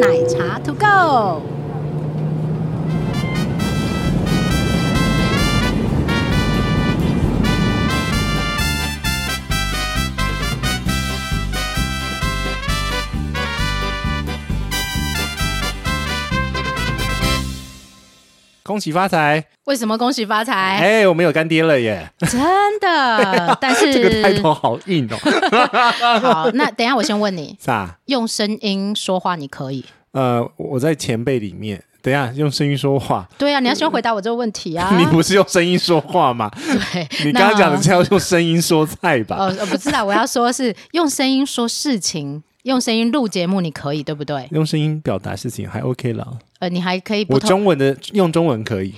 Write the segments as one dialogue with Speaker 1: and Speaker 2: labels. Speaker 1: 奶茶 To Go。
Speaker 2: 恭喜发财！
Speaker 1: 为什么恭喜发财？
Speaker 2: 哎、我们有干爹了耶！
Speaker 1: 真 的，但是
Speaker 2: 这个开头好 硬哦，
Speaker 1: 好，那等一下我先问你，
Speaker 2: 啥？
Speaker 1: 用声音说话你可以？
Speaker 2: 呃，我在前辈里面，等一下用声音说话，
Speaker 1: 对啊，你要先回答我这个问题啊。
Speaker 2: 你不是用声音说 话吗？
Speaker 1: 对，
Speaker 2: 你刚刚讲的
Speaker 1: 那
Speaker 2: 是要用声音说菜吧？
Speaker 1: 哦，呃不知道，我要说是用声音说事情，用声音录节目，你可以对不对？
Speaker 2: 用声音表达事情还 OK 了，
Speaker 1: 呃，你还可以不
Speaker 2: 我
Speaker 1: 同，
Speaker 2: 中文的用中 文可以，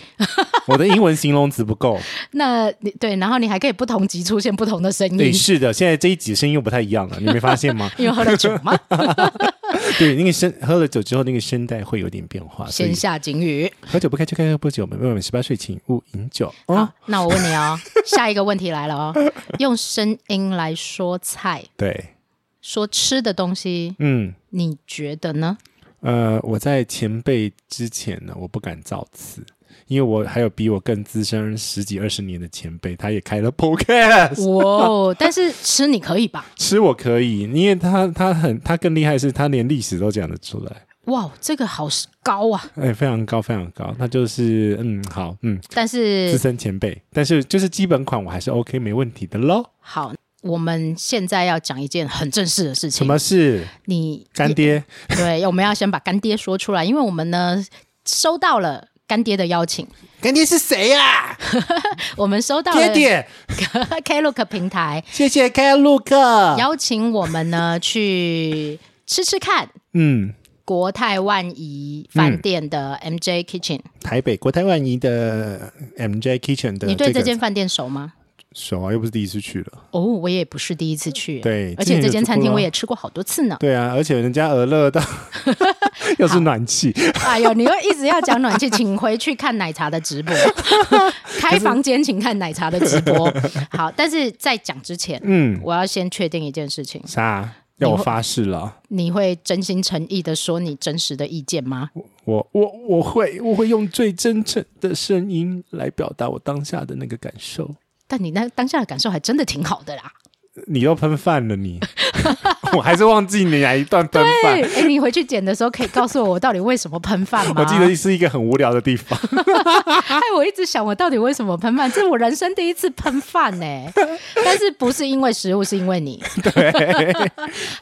Speaker 2: 我的英文形容词不够。
Speaker 1: 那你对，然后你还可以不同集出现不同的声
Speaker 2: 对，
Speaker 1: 音，？
Speaker 2: 是的，现在这一集声音又不太一样了，你没发现吗
Speaker 1: 因为 喝了酒嘛，
Speaker 2: 对，那个声喝了酒之后，那个声带会有点变化，所以
Speaker 1: 先下警语。
Speaker 2: 喝酒不开车，开车不酒，未满十八岁请勿饮酒。
Speaker 1: 好，那我问你哦，下一个问题来了哦， 用声音来说菜，
Speaker 2: 对，
Speaker 1: 说吃的东西，
Speaker 2: 嗯，
Speaker 1: 你觉得呢？
Speaker 2: 呃，我在前辈之前呢，我不敢造次，因为我还有比我更资深十几二十年的前辈，他也开了 podcast，
Speaker 1: 哇哦，但是吃你可以吧？
Speaker 2: 吃我可以，因为他他很他更厉害的是，他连历史都讲得出来，
Speaker 1: 哇，这个好高啊！
Speaker 2: 哎，非常高非常高，他就是嗯好嗯
Speaker 1: 但
Speaker 2: 资
Speaker 1: 是
Speaker 2: 深前辈，但是就是基本款我还是 OK 没问题的喽。
Speaker 1: 好，我们现在要讲一件很正式的事
Speaker 2: 什
Speaker 1: 情。
Speaker 2: 么是
Speaker 1: 你
Speaker 2: 干爹？
Speaker 1: 对，我们要先把干爹说出来，因为我们呢收到了干爹的邀请，
Speaker 2: 干爹是谁呀、
Speaker 1: 我们收到了
Speaker 2: 爹爹，
Speaker 1: Klook 平台
Speaker 2: 谢谢开路克。
Speaker 1: 邀请我们呢去吃吃看
Speaker 2: 嗯，
Speaker 1: 国泰万怡饭店的 MJ Kitchen。
Speaker 2: 台北国泰万怡的 MJ Kitchen 的、这个，
Speaker 1: 你嗯对这间饭店熟吗？
Speaker 2: 熟啊，又不是第一次去了。
Speaker 1: 哦，我也不是第一次去，
Speaker 2: 对
Speaker 1: 而
Speaker 2: 之前
Speaker 1: 且这
Speaker 2: 有
Speaker 1: 间
Speaker 2: 吃过
Speaker 1: 餐厅
Speaker 2: 啊
Speaker 1: 我也吃过好多次呢。
Speaker 2: 对啊，而且人家俄勒到又是暖气，
Speaker 1: 哎呦，你又一直要讲暖气，请回去看奶茶的直播， 开房间请看奶茶的直播。好，但是在讲之前，
Speaker 2: 嗯，
Speaker 1: 我要先确定一件事情：
Speaker 2: 啥？要我发誓了，
Speaker 1: 你会真心诚意的说你真实的意见吗？
Speaker 2: 我我我会我会用最真诚的声音来表达我当下的那个感受。
Speaker 1: 但你那当下的感受还真的挺好的啦。
Speaker 2: 你又喷饭了你， 我还是忘记你来一段 喷
Speaker 1: 哎
Speaker 2: 饭。、
Speaker 1: 你回去剪的时候可以告诉我，我到底为什么喷饭吗？
Speaker 2: 我记得是一个很无聊的地方，
Speaker 1: 害哎我一直想，我到底为什么喷饭？这是我人生第一次喷饭 呢、但是不是因为食物，是因为你。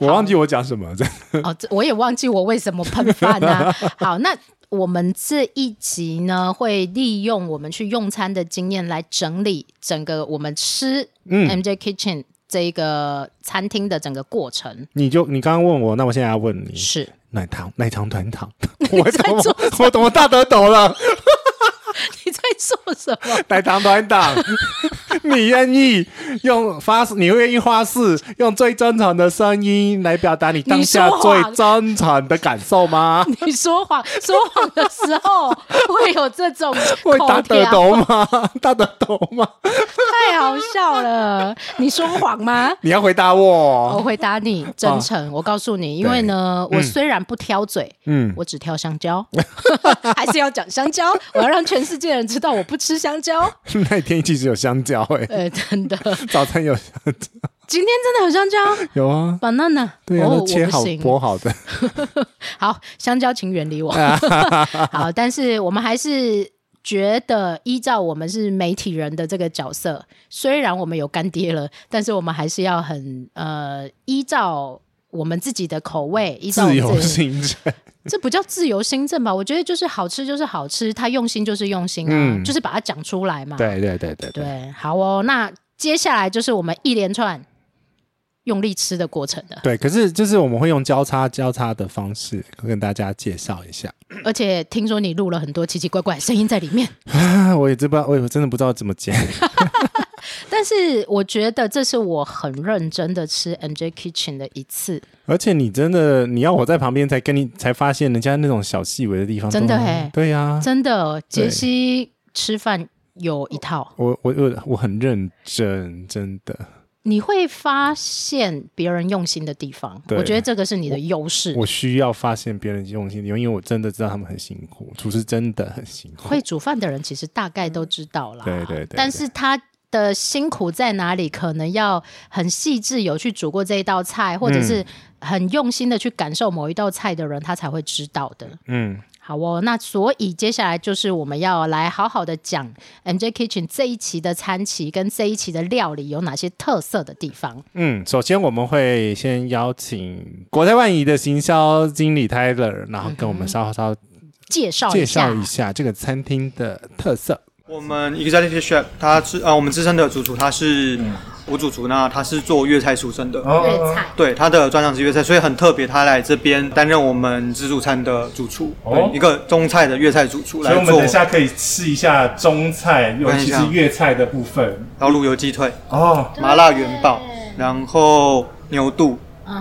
Speaker 2: 我忘记我讲什么。 这
Speaker 1: 哦，这我也忘记我为什么喷饭 啊。好，那我们这一集呢，会利用我们去用餐的经验来整理整个我们吃
Speaker 2: 嗯
Speaker 1: MJ Kitchen 这一个餐厅的整个过程。
Speaker 2: 你就你刚刚问我，那我现在要问你，
Speaker 1: 是，
Speaker 2: 奶糖奶糖团糖，我怎么我怎么大得抖了？
Speaker 1: 你在做什 么？
Speaker 2: 奶糖团糖，你愿意用发，你愿意花式用最真诚的声音来表达你当下
Speaker 1: 你说
Speaker 2: 最
Speaker 1: 谎
Speaker 2: 真诚的感受吗？
Speaker 1: 你说谎，说谎的时候会有这种
Speaker 2: 会打
Speaker 1: 口
Speaker 2: 得
Speaker 1: 条，
Speaker 2: 抖吗？
Speaker 1: 啊
Speaker 2: 打得抖吗？
Speaker 1: 太好笑了。你说谎吗？
Speaker 2: 你要回答我。
Speaker 1: 我回答你，真
Speaker 2: 哦
Speaker 1: 诚。我告诉你，因为呢，
Speaker 2: 嗯
Speaker 1: 我虽然不挑嘴，嗯，我只挑香 蕉， 还是要讲香蕉。我要让全世界人知道我不吃香 蕉。
Speaker 2: 那天其实有香蕉诶、
Speaker 1: 呃，真的，
Speaker 2: 早餐有香蕉，
Speaker 1: 今天真的有香蕉
Speaker 2: 有啊，
Speaker 1: ，banana。
Speaker 2: 对啊，
Speaker 1: 哦，
Speaker 2: 都
Speaker 1: 我
Speaker 2: 切好
Speaker 1: 不行。
Speaker 2: 剥好的。
Speaker 1: 好，香蕉请远离 我。好，但是我们还是。觉得依照我们是媒体人的这个角色，虽然我们有干爹了，但是我们还是要很呃依照我们自己的口味，依照我
Speaker 2: 自
Speaker 1: 们
Speaker 2: 由
Speaker 1: 自己
Speaker 2: 行政，
Speaker 1: 这不叫自由新政吧？我觉得就是好吃就是好吃，他用心就是用心啊，
Speaker 2: 嗯
Speaker 1: 就是把它讲出来嘛。
Speaker 2: 对对对对对，
Speaker 1: 对好哦。那接下来就是我们一连串用力吃的过程了，
Speaker 2: 对。可是就是我们会用交叉交叉的方式跟大家介绍一下。
Speaker 1: 而且听说你录了很多奇奇怪怪的声音在里面，
Speaker 2: 啊，我也知不知道，我也真的不知道怎么剪。
Speaker 1: 但是我觉得这是我很认真的吃 MJ Kitchen 的一次，
Speaker 2: 而且你真的，你要我在旁边才跟你才发现人家那种小细微的地方，
Speaker 1: 真的
Speaker 2: 都
Speaker 1: 欸
Speaker 2: 对啊呀、
Speaker 1: 真的，
Speaker 2: 对
Speaker 1: 杰西吃饭有一套。
Speaker 2: 我我我我很认真，真的。
Speaker 1: 你会发现别人用心的地方，
Speaker 2: 对
Speaker 1: 我觉得这个是你的优势。
Speaker 2: 我需要发现别人用心的地方，因为我真的知道他们很辛苦，厨师真的很辛苦。
Speaker 1: 会煮饭的人其实大概都知道啦，
Speaker 2: 对对对对
Speaker 1: 但是他的辛苦在哪里，可能要很细致有去煮过这一道菜，
Speaker 2: 嗯
Speaker 1: 或者是很用心的去感受某一道菜的人，他才会知道的。
Speaker 2: 嗯，
Speaker 1: 好哦，那所以接下来就是我们要来好好的讲 MJ Kitchen 这一期的餐期跟这一期的料理有哪些特色的地方。
Speaker 2: 嗯，首先我们会先邀请国泰万怡的行销经理 Tyler，然后跟我
Speaker 1: 嗯
Speaker 2: 们稍稍
Speaker 1: 介绍
Speaker 2: 介
Speaker 1: 一下
Speaker 2: 绍一下这个餐厅的特色。
Speaker 3: 我们 executive chef，他是啊，我们资深的主厨，他是
Speaker 4: 嗯
Speaker 3: 吴主厨，那他是做粤菜出身
Speaker 4: 哦
Speaker 3: 的，
Speaker 1: 粤菜。
Speaker 3: 对，他的专长是粤菜，所以很特别，他来这边担任我们自助餐的主厨，
Speaker 4: 哦
Speaker 3: 对，一个中菜的粤菜主厨
Speaker 4: 所以我
Speaker 3: 来
Speaker 4: 们
Speaker 3: 做
Speaker 4: 等一下可以试一下中菜，尤其是粤菜的部分。
Speaker 3: 然后卤油鸡腿、
Speaker 4: 哦，
Speaker 3: 麻辣元宝，然后牛肚，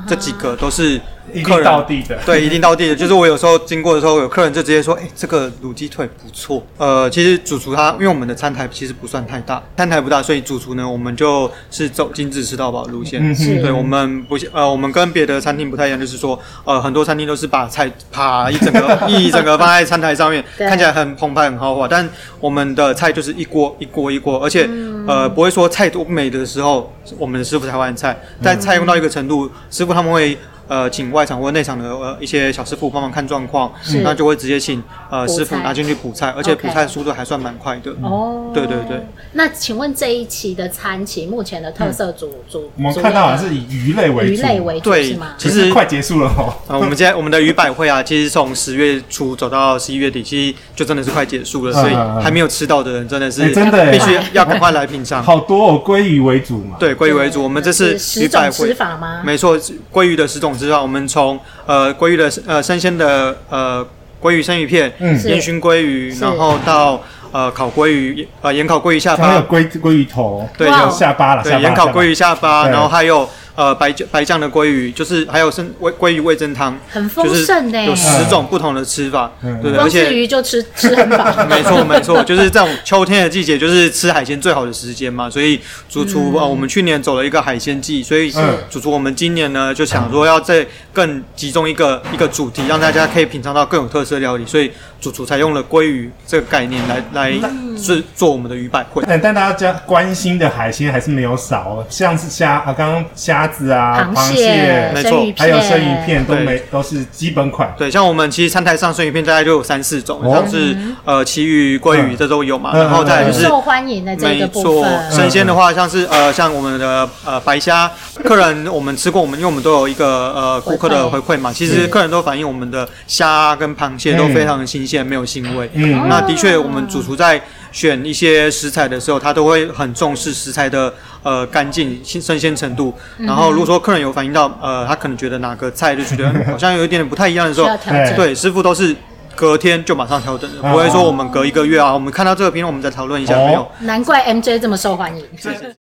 Speaker 3: 这几个都是
Speaker 4: 一
Speaker 3: 客
Speaker 4: 定
Speaker 3: 人
Speaker 4: 到地的。
Speaker 3: 对，一定到地的。就是我有时候经过的时候，有客人就直接说：“哎、这个卤鸡腿不错。”呃，其实主厨他，因为我们的餐台其实不算太大，餐台不大，所以主厨呢，我们就是走精致吃到饱路线。
Speaker 4: 嗯是
Speaker 3: 对，我们不像呃，我们跟别的餐厅不太一样，就是说呃，很多餐厅都是把菜啪一整个一整个放在餐台上面，
Speaker 1: 对
Speaker 3: 看起来很澎湃很豪华，但我们的菜就是一锅一锅一锅，而且、
Speaker 4: 嗯
Speaker 3: 呃不会说菜多美的时候，我们的师傅才换菜，
Speaker 4: 嗯
Speaker 3: 但菜用到一个程度，师傅他们会。呃，请外场或内场的呃一些小师傅帮忙看状况
Speaker 1: 是，
Speaker 3: 那就会直接请呃
Speaker 1: 补
Speaker 3: 师傅
Speaker 1: 菜
Speaker 3: 拿进去补菜，而且
Speaker 1: OK
Speaker 3: 补菜速度还算蛮快的。
Speaker 1: 哦
Speaker 3: 对对对。
Speaker 1: 那请问这一期的餐期目前的特
Speaker 2: 嗯
Speaker 1: 色主主，
Speaker 4: 我们看到好像是以鱼类为主，
Speaker 1: 鱼类为主
Speaker 3: 对
Speaker 1: 是吗？
Speaker 4: 其
Speaker 3: 其
Speaker 4: 实
Speaker 3: 实
Speaker 4: 快结束了哦。
Speaker 3: 啊、我们现在我们的鱼百会啊，其实从十月初走到十一月底，其实就真的是快结束了，
Speaker 4: 嗯
Speaker 3: 所以
Speaker 4: 嗯嗯
Speaker 3: 还没有吃到的人真的是、
Speaker 4: 哎真的耶
Speaker 3: 必须要赶快来品尝。
Speaker 4: 好多哦，鲑鱼为主嘛。
Speaker 3: 啊对，鲑鱼为主，我们这次
Speaker 1: 十
Speaker 3: 鱼
Speaker 1: 种
Speaker 3: 百
Speaker 1: 吃
Speaker 3: 会，
Speaker 1: 法吗？
Speaker 3: 没错，鲑鱼的十种吃法，我们从呃鲑鱼的呃生鲜的呃鲑鱼生鱼片，
Speaker 4: 嗯
Speaker 1: 是
Speaker 3: 烟熏鲑鱼，
Speaker 1: 是
Speaker 3: 然后到呃烤鲑鱼，呃盐烤鲑鱼下
Speaker 4: 还有
Speaker 3: 巴，
Speaker 4: 鲑鲑鱼头，
Speaker 3: 对
Speaker 1: 哇哦
Speaker 3: 有
Speaker 4: 下巴了，下
Speaker 3: 对
Speaker 4: 巴
Speaker 3: 盐烤鲑鱼下巴，
Speaker 4: 对
Speaker 3: 然后还有呃白酱白酱的鲑鱼，就是还有生鲑鲑鱼味噌汤，
Speaker 1: 很丰
Speaker 3: 就是
Speaker 1: 盛呢，
Speaker 3: 有十种不同的吃法，
Speaker 4: 嗯
Speaker 3: 对，而
Speaker 1: 光吃
Speaker 3: 且。
Speaker 1: 鱼就吃吃很饱
Speaker 3: 。没错，没错，就是这种秋天的季节，就是吃海鲜最好的时间嘛。所以主厨啊、呃我们去年走了一个海鲜季，所以
Speaker 4: 嗯
Speaker 3: 主厨我们今年呢就想说要再更集中一个一个主题，让大家可以品尝到更有特色的料理。所以主厨采用了鲑鱼这个概念来来
Speaker 4: 嗯
Speaker 3: 制做我们的鱼百汇。
Speaker 4: 但但大家关心的海鲜还是没有少哦，像是虾啊，刚刚虾子啊，螃
Speaker 1: 蟹、
Speaker 3: 没错
Speaker 1: 生鱼片，
Speaker 4: 还有生鱼片都
Speaker 3: 对
Speaker 4: 没都是基本款。
Speaker 3: 对，像我们其实餐台上生鱼片大概就有三四种，
Speaker 4: 哦
Speaker 3: 像是呃旗鱼、鲑鱼
Speaker 4: 嗯
Speaker 3: 这都有嘛，
Speaker 4: 嗯
Speaker 3: 然后再来
Speaker 1: 很
Speaker 3: 就是
Speaker 1: 受欢迎的这
Speaker 3: 没
Speaker 1: 个部
Speaker 3: 错，
Speaker 1: 分。
Speaker 3: 生鲜的话，像是呃，像我们的呃白虾，客人我们吃过，我们因为我们都有一个呃顾客的
Speaker 1: 回嗯
Speaker 3: 回馈嘛，其实客人都反映我们的虾跟螃蟹都非常的新鲜，没有腥味。
Speaker 1: 哦
Speaker 4: 嗯，
Speaker 3: 那的确，我们主厨在选一些食材的时候，他都会很重视食材的呃干净、新生鲜程度。
Speaker 1: 嗯
Speaker 3: 然后如果说客人有反映到呃，他可能觉得哪个菜就觉 得嗯好像有一点点不太一样的时
Speaker 1: 需
Speaker 3: 候
Speaker 1: 要，调整。
Speaker 3: 对，师傅都是隔天就马上调整的，
Speaker 4: 哦
Speaker 3: 不会说我们隔一个月啊，我们看到这个评论我们再讨论一下，没有
Speaker 4: 哦。
Speaker 1: 难怪 MJ 这么受欢迎。
Speaker 3: 谢谢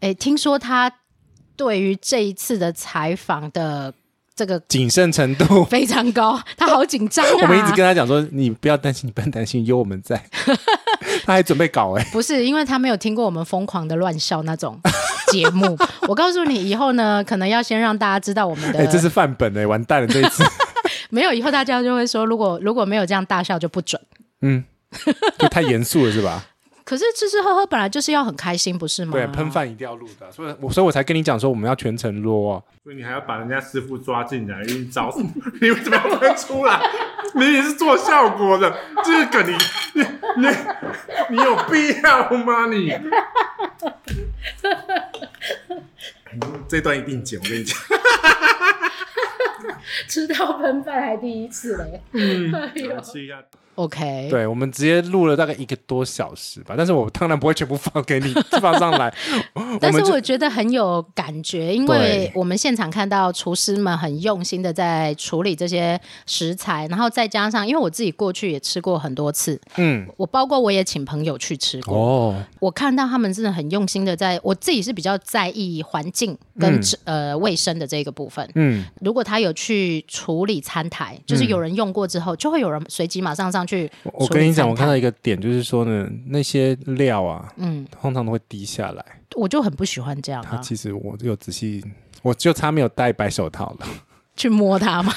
Speaker 1: 诶，听说他对于这一次的采访的这个
Speaker 2: 谨慎程度，
Speaker 1: 非常高，他好紧张啊！
Speaker 2: 我们一直跟他讲说，你不要担心，你不要担心，有我们 在。他还准备搞哎、
Speaker 1: 不是因为他没有听过我们疯狂的乱笑那种节 目。我告诉你，以后呢，可能要先让大家知道我们的，
Speaker 2: 哎、这是范本哎、完蛋了这一 次，
Speaker 1: 没有以后大家就会说，如果如果没有这样大笑就不准。
Speaker 2: 嗯，就太严肃了是 吧？
Speaker 1: 可是吃吃喝喝本来就是要很开心，不是吗？
Speaker 2: 对，喷饭一定要录的，所以我所以我才跟你讲说我们要全程录哦。
Speaker 4: 所以你还要把人家师傅抓进来，因为你找 死，你为什么要喷出来？ 明明是做效果的，这个梗你你你你有必要吗？你 这段一定剪，我跟你讲。
Speaker 1: 吃到喷饭还第一次嘞。 哎呦
Speaker 4: 吃一下，
Speaker 1: OK，
Speaker 2: 嗯对，我们直接录了大概一个多小时吧，但是我当然不会全部放给你 放上来，我
Speaker 1: 但是
Speaker 2: 们就
Speaker 1: 我觉得很有感觉，因为我们现场看到厨师们很用心的在处理这些食材，然后再加上，因为我自己过去也吃过很多次，
Speaker 2: 嗯，
Speaker 1: 我包括我也请朋友去吃过，
Speaker 2: 哦，
Speaker 1: 我看到他们真的很用心的在，我自己是比较在意环境跟、
Speaker 2: 嗯
Speaker 1: 呃卫生的这个部分。
Speaker 2: 嗯，
Speaker 1: 如果他有去处理餐台，就是有人用过之后，就会有人随即马上上去处理
Speaker 2: 我跟你讲，
Speaker 1: 餐
Speaker 2: 我看
Speaker 1: 台
Speaker 2: 到一个点就是说呢，那些料啊，
Speaker 1: 嗯，
Speaker 2: 通常都会滴下来，
Speaker 1: 我就很不喜欢这样
Speaker 2: 他
Speaker 1: 啊，
Speaker 2: 其实我有仔细，我就差没有戴白手套了。
Speaker 1: 去摸它 嘛。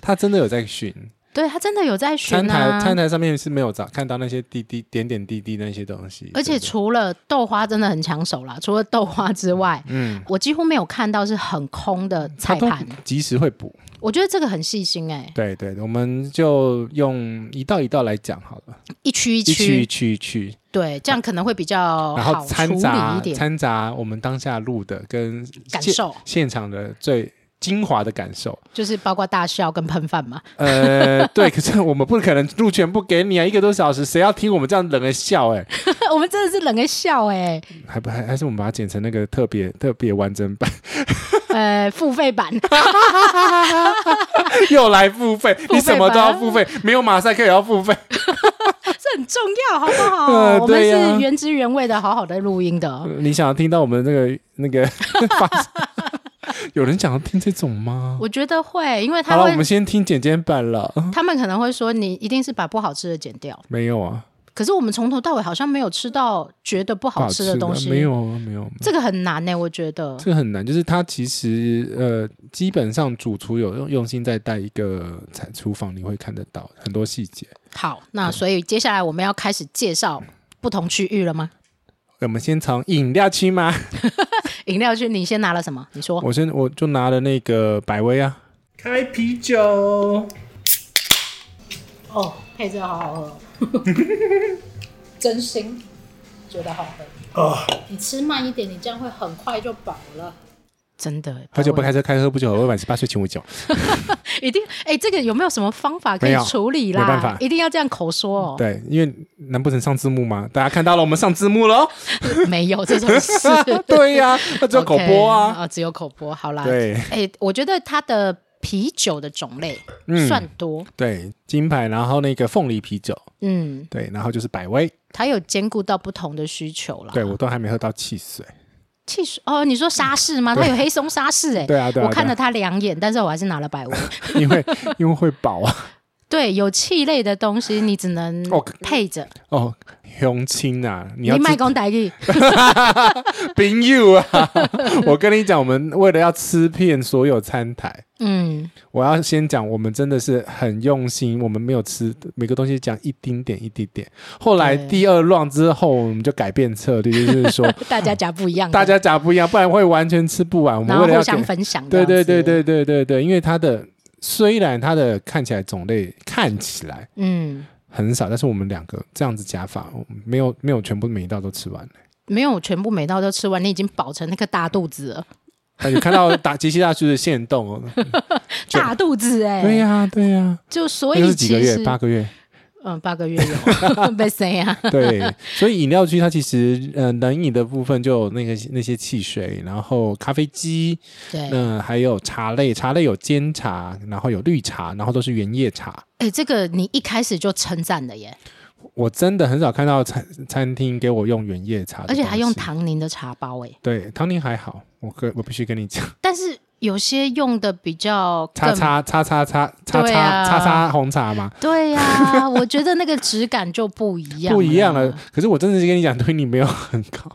Speaker 2: 他真的有在巡
Speaker 1: 对，它真的有在寻
Speaker 2: 餐台，
Speaker 1: 啊。
Speaker 2: 餐台上面是没有找看到那些滴滴点点滴滴那些东西，
Speaker 1: 而且
Speaker 2: 对
Speaker 1: 除了豆花真的很抢手啦，除了豆花之外，嗯，我几乎没有看到是很空的菜
Speaker 2: 不对
Speaker 1: 盘
Speaker 2: 他。都及时会补。
Speaker 1: 我觉得这个很细心哎、
Speaker 2: 对对，我们就用一道一道来讲好了，
Speaker 1: 一区一
Speaker 2: 一区
Speaker 1: 区，
Speaker 2: 一区一区，
Speaker 1: 对，这样可能会比较
Speaker 2: 然后
Speaker 1: 好处
Speaker 2: 掺
Speaker 1: 理
Speaker 2: 杂
Speaker 1: 一点。
Speaker 2: 掺杂我们当下录的跟
Speaker 1: 感
Speaker 2: 现
Speaker 1: 受
Speaker 2: 现场的最精华的感受。
Speaker 1: 就是包括大笑跟喷饭嘛，
Speaker 2: 呃， 对，可是我们不可能录全部给你啊，一个多小时，谁要听我们这样冷的笑、欸？哎，
Speaker 1: 我们真的是冷个笑哎、
Speaker 2: 还不还还是我们把它剪成那个特别特别完整版，
Speaker 1: 呃，付费版
Speaker 2: 又来付费，
Speaker 1: 费
Speaker 2: 你什么都
Speaker 1: 版
Speaker 2: 要付费，没有马赛克也要付费。
Speaker 1: 这很重要，好不好？
Speaker 2: 呃
Speaker 1: 我们
Speaker 2: 对呀
Speaker 1: 是原汁原味的，好好的录音的。
Speaker 2: 你想要听到我们那个那个 发生？有人想要听这种吗？
Speaker 1: 我觉得会，因为
Speaker 2: 好
Speaker 1: 他
Speaker 2: 了，我
Speaker 1: 会
Speaker 2: 们，先听简简版了。
Speaker 1: 他们可能会说你一定是把不好吃的剪掉，
Speaker 2: 没有啊，
Speaker 1: 可是我们从头到尾好像没有吃到觉得不
Speaker 2: 不
Speaker 1: 好吃的东西，
Speaker 2: 没有啊，没有，
Speaker 1: 这个很难呢、我觉得。
Speaker 2: 这很难。就是它其实呃，基本上主厨有用用心在带一个菜厨房，你会看得到很多细节。
Speaker 1: 好，那所以接下来我们要开始介绍不同区域了吗？
Speaker 2: 我们先从饮料区吗？
Speaker 1: 饮料区，你先拿了什么？你说
Speaker 2: 我先我就拿了那个百威啊，
Speaker 4: 开啤酒，
Speaker 1: 哦，配这好好 喝，真心觉得好喝。
Speaker 2: 啊
Speaker 1: 你吃慢一点，你这样会很快就饱了。真的，
Speaker 2: 喝酒不
Speaker 1: 百
Speaker 2: 开车，开喝不酒，喝满十八岁请勿酒。
Speaker 1: 威 一定哎，这个有没有什么方法可
Speaker 2: 没
Speaker 1: 以
Speaker 2: 有
Speaker 1: 处理啦？
Speaker 2: 没办法
Speaker 1: 一定要这样口说哦。
Speaker 2: 对，因为难不成上字幕吗？大家看到了，我们上字幕了哦。，
Speaker 1: 没有这种事
Speaker 2: 对呀、那 只有口播啊。
Speaker 1: OK，只有口播。好啦，
Speaker 2: 对
Speaker 1: 哎，我觉得它的啤酒的种类
Speaker 2: 嗯
Speaker 1: 算多，
Speaker 2: 对，金牌，然后那个凤梨啤酒，
Speaker 1: 嗯，
Speaker 2: 对，然后就是百威，
Speaker 1: 它有兼顾到不同的需求啦。
Speaker 2: 对我都还没喝到汽水。
Speaker 1: 汽水哦，你说沙士吗？它有黑松沙士哎，
Speaker 2: 对啊对啊
Speaker 1: 我看
Speaker 2: 对啊
Speaker 1: 了它两眼，但是我还是拿了 百威。
Speaker 2: 因为因为会 饱啊。
Speaker 1: 对，有气类的东西你只能
Speaker 2: 哦
Speaker 1: 配着，
Speaker 2: 哦，雄青啊，你
Speaker 1: 你
Speaker 2: 要
Speaker 1: 卖
Speaker 2: 知
Speaker 1: 公台语，
Speaker 2: 冰柚啊！ 我跟你讲，我们为了要吃遍所有餐台，
Speaker 1: 嗯，
Speaker 2: 我要先讲，我们真的是很用心，我们没有吃每个东西讲一丁点一丁点。后来
Speaker 1: 对
Speaker 2: 第二浪之后，我们就改变策略，就是 说
Speaker 1: 大家夹不一样的，
Speaker 2: 大家夹不一样，不然会完全吃不完。我
Speaker 1: 然
Speaker 2: 们
Speaker 1: 后
Speaker 2: 为了
Speaker 1: 互
Speaker 2: 要
Speaker 1: 相
Speaker 2: 给
Speaker 1: 分享，
Speaker 2: 对对对，对对对对，因为它的虽然它的看起来种类看起来
Speaker 1: 嗯，
Speaker 2: 很少，但是我们两个这样子加法，我没有没有全部每一道都吃完。欸
Speaker 1: 没有全部每道都吃完，你已经饱成那个大肚子了，
Speaker 2: 那你看到打杰西大叔的线 动哦？就
Speaker 1: 大肚子哎，
Speaker 2: 对呀、对呀、
Speaker 1: 就所
Speaker 2: 那个
Speaker 1: 以
Speaker 2: 是几
Speaker 1: 其
Speaker 2: 个月？
Speaker 1: 实
Speaker 2: 八个月。
Speaker 1: 嗯八个月有 被谁啊？
Speaker 2: 对，所以饮料区它其实呃冷饮的部分就有那个那些汽水，然后咖啡机，
Speaker 1: 对，
Speaker 2: 嗯、还有茶类，茶类有煎茶，然后有绿茶，然后都是原叶茶。
Speaker 1: 哎，这个你一开始就称赞了耶，
Speaker 2: 我真的很少看到餐餐厅给我用原叶茶，
Speaker 1: 而且还用。唐宁的茶包哎，
Speaker 2: 对，唐宁还好，我跟我必须跟你讲，
Speaker 1: 但是有些用的比较
Speaker 2: 叉
Speaker 1: 更
Speaker 2: 叉叉叉叉叉
Speaker 1: 对
Speaker 2: 叉
Speaker 1: 啊
Speaker 2: 叉叉红茶嘛，
Speaker 1: 对呀、 我觉得那个质感就不一样，
Speaker 2: 不一样了。。可是我真的是跟你讲，对你没有很高，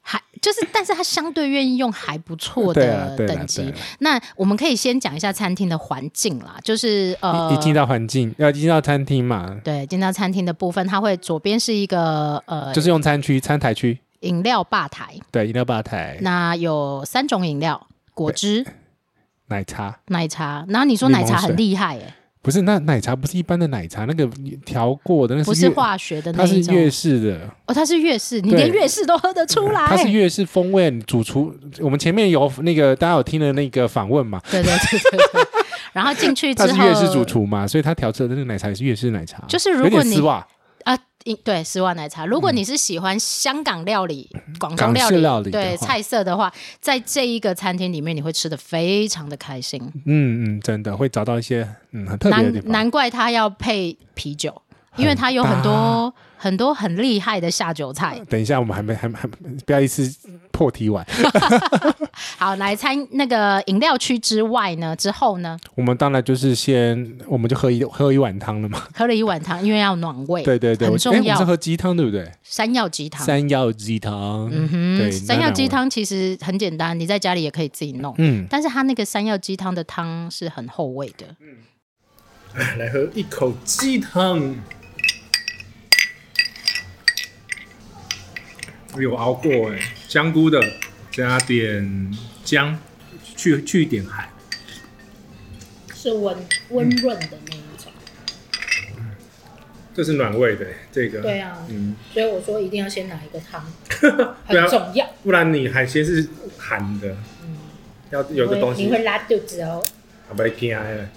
Speaker 1: 还就是，但是他相对愿意用还不错
Speaker 2: 对啊
Speaker 1: 的
Speaker 2: 对啊
Speaker 1: 等级。
Speaker 2: 对啊
Speaker 1: 那我们可以先讲一下餐厅的环境啦，就是呃
Speaker 2: 啊一，一进到环境，要一进到餐厅嘛，
Speaker 1: 对，进到餐厅的部分，它会左边是一个呃
Speaker 2: 就是用餐区、餐台区，
Speaker 1: 饮料吧台，
Speaker 2: 对，饮料吧台、
Speaker 1: 那有三种饮料：果汁、
Speaker 2: 奶茶，
Speaker 1: 奶茶。然后你说奶茶很厉害耶、
Speaker 2: 不是那奶茶不是一般的奶茶，那个调过的那
Speaker 1: 不
Speaker 2: 是
Speaker 1: 是
Speaker 2: 越
Speaker 1: 化学的那
Speaker 2: 它是
Speaker 1: 一种
Speaker 2: 粤式的，
Speaker 1: 哦，它是粤式，你
Speaker 2: 对
Speaker 1: 连粤式都喝得出来。
Speaker 2: 它是粤式风味。主厨，我们前面有那个大家有听的那个访问嘛，
Speaker 1: 对对对对对。然后进去之
Speaker 2: 他
Speaker 1: 后，
Speaker 2: 是粤式主厨嘛，所以他调制的那个奶茶也是粤式奶茶，
Speaker 1: 就是如
Speaker 2: 有点
Speaker 1: 果你
Speaker 2: 丝袜
Speaker 1: 啊，饮对丝袜奶茶。如果你是喜欢香港料理、广
Speaker 2: 嗯港
Speaker 1: 东料
Speaker 2: 式
Speaker 1: 理、
Speaker 2: 料理的
Speaker 1: 对
Speaker 2: 话
Speaker 1: 菜色的话，在这一个餐厅里面，你会吃的非常的开心。
Speaker 2: 嗯嗯，真的会找到一些嗯很特别的地
Speaker 1: 难
Speaker 2: 方。
Speaker 1: 难怪他要配啤酒。因为它有很多很多很厉害的下酒菜。
Speaker 2: 等一下，我们还没还没还没不要一次破题完，
Speaker 1: 好，来餐那个饮料区之外呢，之后呢，
Speaker 2: 我们当然就是先我们就喝一喝一碗汤了嘛。
Speaker 1: 喝了一碗汤，因为要暖胃，
Speaker 2: 对对对，
Speaker 1: 很
Speaker 2: 我哎
Speaker 1: 重
Speaker 2: 我们
Speaker 1: 要
Speaker 2: 是。喝鸡汤对不对？
Speaker 1: 山药鸡汤，
Speaker 2: 山药鸡汤，嗯哼，对，
Speaker 1: 山药鸡
Speaker 2: 那两碗，
Speaker 1: 汤其实很简单，你在家里也可以自己弄。
Speaker 2: 嗯，
Speaker 1: 但是它那个山药鸡汤的汤是很厚味的，
Speaker 4: 哎来喝一口鸡汤。有熬过哎、香菇的，加点姜，去去一点海。
Speaker 1: 是温温润的那一种。
Speaker 4: 这是暖胃的、这个，
Speaker 1: 对啊
Speaker 4: 嗯，
Speaker 1: 所以我说一定要先拿一个汤，
Speaker 4: 对啊
Speaker 1: 要。
Speaker 4: 不然你海鲜是寒的，啊要有个东西，
Speaker 1: 拉肚子哦。
Speaker 4: 啊不然惊的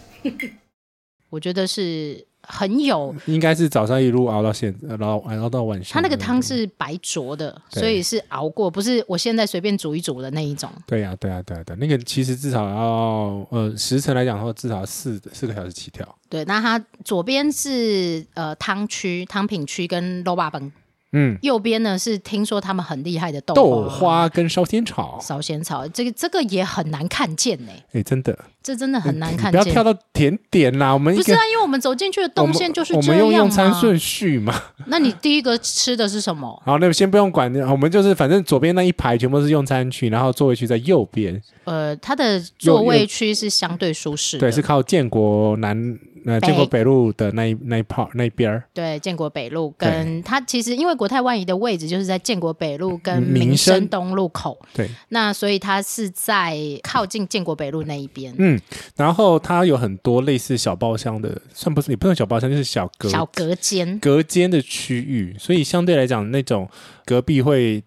Speaker 1: 我觉得是很有，
Speaker 2: 应该是早上一路熬到现，呃熬熬到晚上。
Speaker 1: 它那个汤，是白灼的，
Speaker 2: 嗯对
Speaker 1: 所以是熬过，不是我现在随便煮一煮的那一种。
Speaker 2: 对呀、对呀、啊对呀、对、那个其实至少要呃时辰来讲的话，至少要四四个小时起跳。
Speaker 1: 对，那它左边是呃汤区、汤品区跟肉霸崩，
Speaker 2: 嗯，
Speaker 1: 右边呢是听说他们很厉害的豆
Speaker 2: 豆花跟烧仙草，
Speaker 1: 烧仙草，这个这个也很难看见呢、
Speaker 2: 哎，真的
Speaker 1: 这真的很难
Speaker 2: 你
Speaker 1: 看
Speaker 2: 不要
Speaker 1: 见
Speaker 2: 跳。到甜点啦，我们一
Speaker 1: 不
Speaker 2: 个
Speaker 1: 是啊，因为我们走进去的动线就是
Speaker 2: 我
Speaker 1: 这
Speaker 2: 们
Speaker 1: 样
Speaker 2: 用
Speaker 1: 嘛。
Speaker 2: 用餐顺序嘛。
Speaker 1: 那你第一个吃的是什么？
Speaker 2: 好，那先不用管，我们就是反正左边那一排全部是用餐区，然后座位区在右边，
Speaker 1: 呃，它的座
Speaker 2: 有
Speaker 1: 位
Speaker 2: 有
Speaker 1: 区是相对舒适的，
Speaker 2: 对，是靠建国南呃
Speaker 1: 北
Speaker 2: 建国北路的那一那一 part 那一边儿。
Speaker 1: 对建国北路跟它其实因为国泰万怡的位置就是在建国北路跟
Speaker 2: 嗯民
Speaker 1: 民生
Speaker 2: 生
Speaker 1: 东路口，
Speaker 2: 对，
Speaker 1: 那所以它是在靠近建国北路那一边。
Speaker 2: 嗯，然后它有很多类似小包厢的，算不是也不算小包厢，就是小隔
Speaker 1: 小隔间，
Speaker 2: 隔间的区域，所以相对来讲，那种隔壁会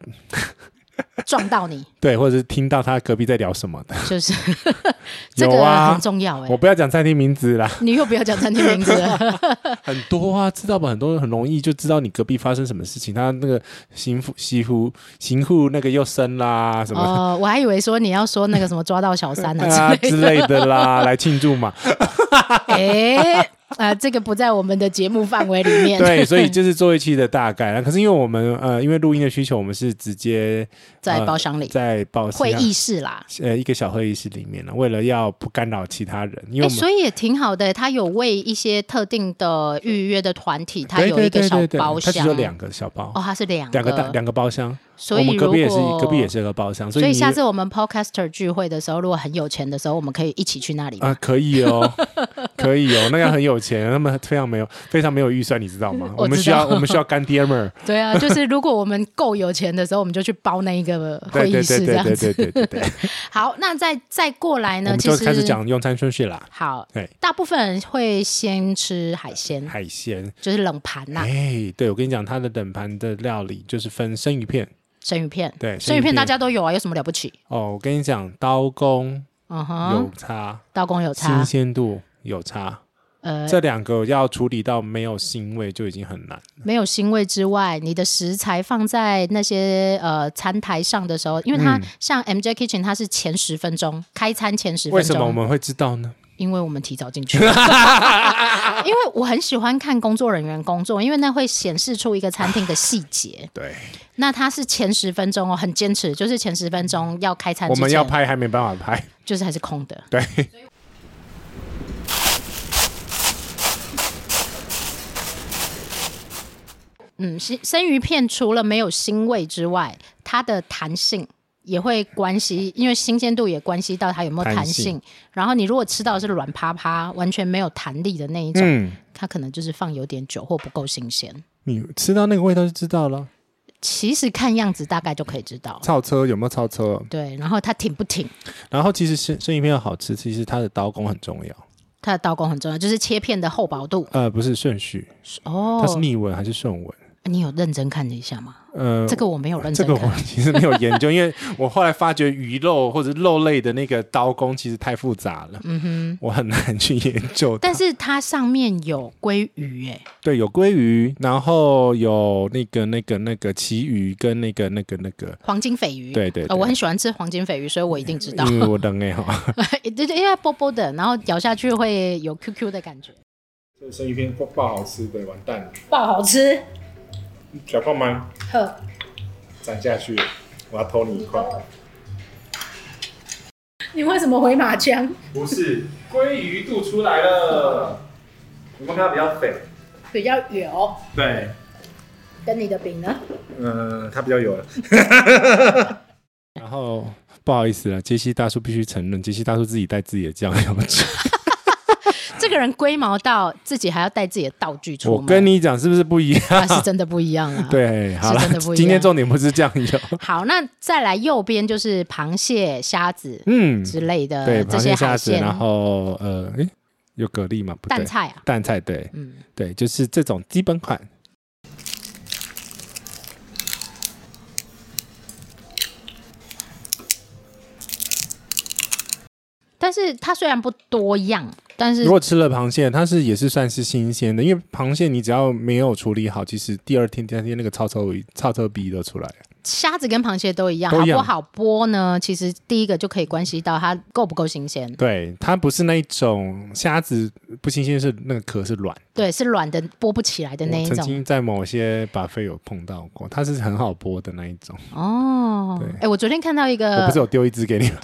Speaker 1: 撞到你，
Speaker 2: 对，或者是听到他隔壁在聊什么的。
Speaker 1: 就是 这
Speaker 2: 有
Speaker 1: 个
Speaker 2: 啊
Speaker 1: 很重要哎、
Speaker 2: 我不要讲餐厅名字啦，
Speaker 1: 你又不要讲餐厅名字 了，
Speaker 2: 很多啊，知道吧？很多人很容易就知道你隔壁发生什么事情，他那个刑妇、媳妇、刑户那个又生啦，什么的。
Speaker 1: 哦，我还以为说你要说那个什么抓到小三啊
Speaker 2: 啊
Speaker 1: 之类
Speaker 2: 之
Speaker 1: 的，
Speaker 2: 类 的啦，来庆祝嘛。
Speaker 1: 哎、啊，这个不在我们的节目范围里面。
Speaker 2: 对，所以这是座位期的大概啦。可是因为我们呃，因为录音的需求，我们是直接
Speaker 1: 在
Speaker 2: 呃
Speaker 1: 包厢里、
Speaker 2: 在报
Speaker 1: 会议室啦，
Speaker 2: 呃一个小会议室里面了，为了要不干扰其他人，因
Speaker 1: 哎、
Speaker 2: 为我们
Speaker 1: 所以也挺好的。他有为一些特定的预约的团体，他
Speaker 2: 对
Speaker 1: 有一
Speaker 2: 对
Speaker 1: 个
Speaker 2: 对
Speaker 1: 小
Speaker 2: 对对，
Speaker 1: 包
Speaker 2: 它
Speaker 1: 厢。
Speaker 2: 只有两个小包
Speaker 1: 哦，，它是两
Speaker 2: 两个大两个包厢。
Speaker 1: 所
Speaker 2: 我
Speaker 1: 以
Speaker 2: 们
Speaker 1: 如果
Speaker 2: 隔壁也是隔壁也是个包厢，
Speaker 1: 所
Speaker 2: 以你
Speaker 1: 下次我们 podcaster 聚会的时候，如果很有钱的时候，我们可以一起去那里。
Speaker 2: 啊、可以哦，可以哦，那个很有钱，他们非常没有非常没有预算，你知道 吗？
Speaker 1: 我
Speaker 2: 我们
Speaker 1: 知
Speaker 2: 需要
Speaker 1: 道
Speaker 2: 我们需要干爹们 儿，
Speaker 1: 对啊，就是如果我们够有钱的时候，我们就去包那一个会
Speaker 2: 对
Speaker 1: 议
Speaker 2: 对
Speaker 1: 室这
Speaker 2: 对对
Speaker 1: 样
Speaker 2: 对
Speaker 1: 子。
Speaker 2: 对对对对，
Speaker 1: 好，那再再过来
Speaker 2: 我
Speaker 1: 呢，
Speaker 2: 们
Speaker 1: 其
Speaker 2: 就
Speaker 1: 实
Speaker 2: 开始讲用餐顺序啦，
Speaker 1: 好
Speaker 2: 对，
Speaker 1: 大部分人会先吃海鲜，
Speaker 2: 海鲜。
Speaker 1: 就是冷盘呐、
Speaker 2: 哎，对我跟你讲，它的冷盘的料理就是分生鱼片
Speaker 1: 生鱼片。
Speaker 2: 对
Speaker 1: 生
Speaker 2: 生
Speaker 1: 鱼
Speaker 2: 鱼
Speaker 1: 片
Speaker 2: 片
Speaker 1: 大家都有啊，有什么了不起？
Speaker 2: 哦。我跟你讲，刀工
Speaker 1: 嗯
Speaker 2: 有
Speaker 1: 哼，
Speaker 2: 差，
Speaker 1: 刀工有
Speaker 2: 新
Speaker 1: 差，
Speaker 2: 鲜度有差，
Speaker 1: 呃，
Speaker 2: 这两个要处理到没有腥味就已经很难。
Speaker 1: 没有腥味之外，你的食材放在那些呃餐台上的时候，因为
Speaker 2: 嗯
Speaker 1: 它、像 MJ Kitchen，它是前十分钟开餐前十分
Speaker 2: 为什么我
Speaker 1: 钟，
Speaker 2: 们会知 道呢？
Speaker 1: 因为我们提早进 去。因为我很喜欢看工作人员工作，因为那会显示出一个餐厅的细 节。
Speaker 2: 对，
Speaker 1: 那它是前十分钟哦，很坚持，就是前十分钟要开餐
Speaker 2: 我
Speaker 1: 之前，
Speaker 2: 们要拍还没办法拍。
Speaker 1: 就是还是空的。
Speaker 2: 对，
Speaker 1: 嗯，生生鱼片除了没有腥味之外，它的弹性也会关系，因为新鲜度也关系到它有没有弹
Speaker 2: 弹
Speaker 1: 性。
Speaker 2: 性
Speaker 1: 然后你如果吃到的是软趴趴、完全没有弹力的那一种，
Speaker 2: 嗯，
Speaker 1: 它可能就是放有点久或不够新鲜。
Speaker 2: 你吃到那个味道就知道了。
Speaker 1: 其实看样子大概就可以知道，
Speaker 2: 超车有没有超车？
Speaker 1: 对。然后它挺不挺，
Speaker 2: 然后其实生生鱼片要好吃，其实它的刀工很重要。
Speaker 1: 它的刀工很重要，就是切片的厚薄度。
Speaker 2: 呃，不是顺序，
Speaker 1: 哦
Speaker 2: 它，是逆纹还是顺纹？
Speaker 1: 你有认真看了一下吗？
Speaker 2: 呃，
Speaker 1: 这个我没有认
Speaker 2: 这
Speaker 1: 真
Speaker 2: 个
Speaker 1: 看。
Speaker 2: 我其实没有研究，因为我后来发觉鱼肉或者肉类的那个刀工其实太复杂了，嗯哼，我很难去研究它。
Speaker 1: 但是它上面有鲑鱼、哎，
Speaker 2: 对，有鲑鱼，然后有那个那个那个旗鱼跟那个那个那 个，
Speaker 1: 黄金鲱鱼。
Speaker 2: 对对
Speaker 1: 呃
Speaker 2: 对
Speaker 1: 我很喜欢吃黄金鲱鱼，所以我一定知道。
Speaker 2: 因为 我冷哎哈。
Speaker 1: 对对，因为它薄薄的，然后咬下去会有 QQ 的感觉。
Speaker 4: 这生鱼片爆爆好吃的，完蛋了，
Speaker 1: 爆好吃，
Speaker 4: 小胖吗？
Speaker 1: 呵，
Speaker 4: 斩下去，我要偷你一块。
Speaker 1: 你为什么回马枪？
Speaker 4: 不是，鲑鱼肚出来了，我们看它比较肥。
Speaker 1: 比较油，
Speaker 4: 对，
Speaker 1: 跟你的饼呢？
Speaker 4: 呃，它比较油了。
Speaker 2: 然后不好意思了，杰西大叔必须承认，杰西大叔自己带自己的酱 油吃。
Speaker 1: 这个人龟毛到自己还要带自己的道具出门，
Speaker 2: 我跟你讲，是不是不一样？
Speaker 1: 那是真的不一样啊。，
Speaker 2: 对，好了
Speaker 1: 真的不一，样
Speaker 2: 今天重点不是酱油，
Speaker 1: 好，那再来右边就是螃蟹、虾子
Speaker 2: 嗯，
Speaker 1: 之类的、
Speaker 2: 对，
Speaker 1: 呃这
Speaker 2: 螃
Speaker 1: 些
Speaker 2: 蟹、
Speaker 1: 海
Speaker 2: 虾子，
Speaker 1: 鲜、
Speaker 2: 然后呃，诶，有蛤蜊吗？不对
Speaker 1: 蛋，菜啊，
Speaker 2: 蛋菜，对
Speaker 1: 嗯，
Speaker 2: 对，就是这种基本款。
Speaker 1: 但是它虽然不多样，但是
Speaker 2: 如果吃了螃蟹，它是也是算是新鲜的，因为螃蟹你只要没有处理好，其实第二天、第三天那个臭臭味、臭臭逼都出来了。
Speaker 1: 虾子跟螃蟹都一样，
Speaker 2: 都
Speaker 1: 好
Speaker 2: 一样
Speaker 1: 不好剥呢？其实第一个就可以关系到它够不够新鲜。
Speaker 2: 对，它不是那一种虾子不新鲜，是那个壳是软。
Speaker 1: 对，是软的剥不起来的那一
Speaker 2: 我曾
Speaker 1: 种
Speaker 2: 经在某些把飞有碰到过，它是很好剥的那一种。
Speaker 1: 哦。哎、我昨天看到一
Speaker 2: 我
Speaker 1: 个
Speaker 2: 不是，有丢一只给你吗？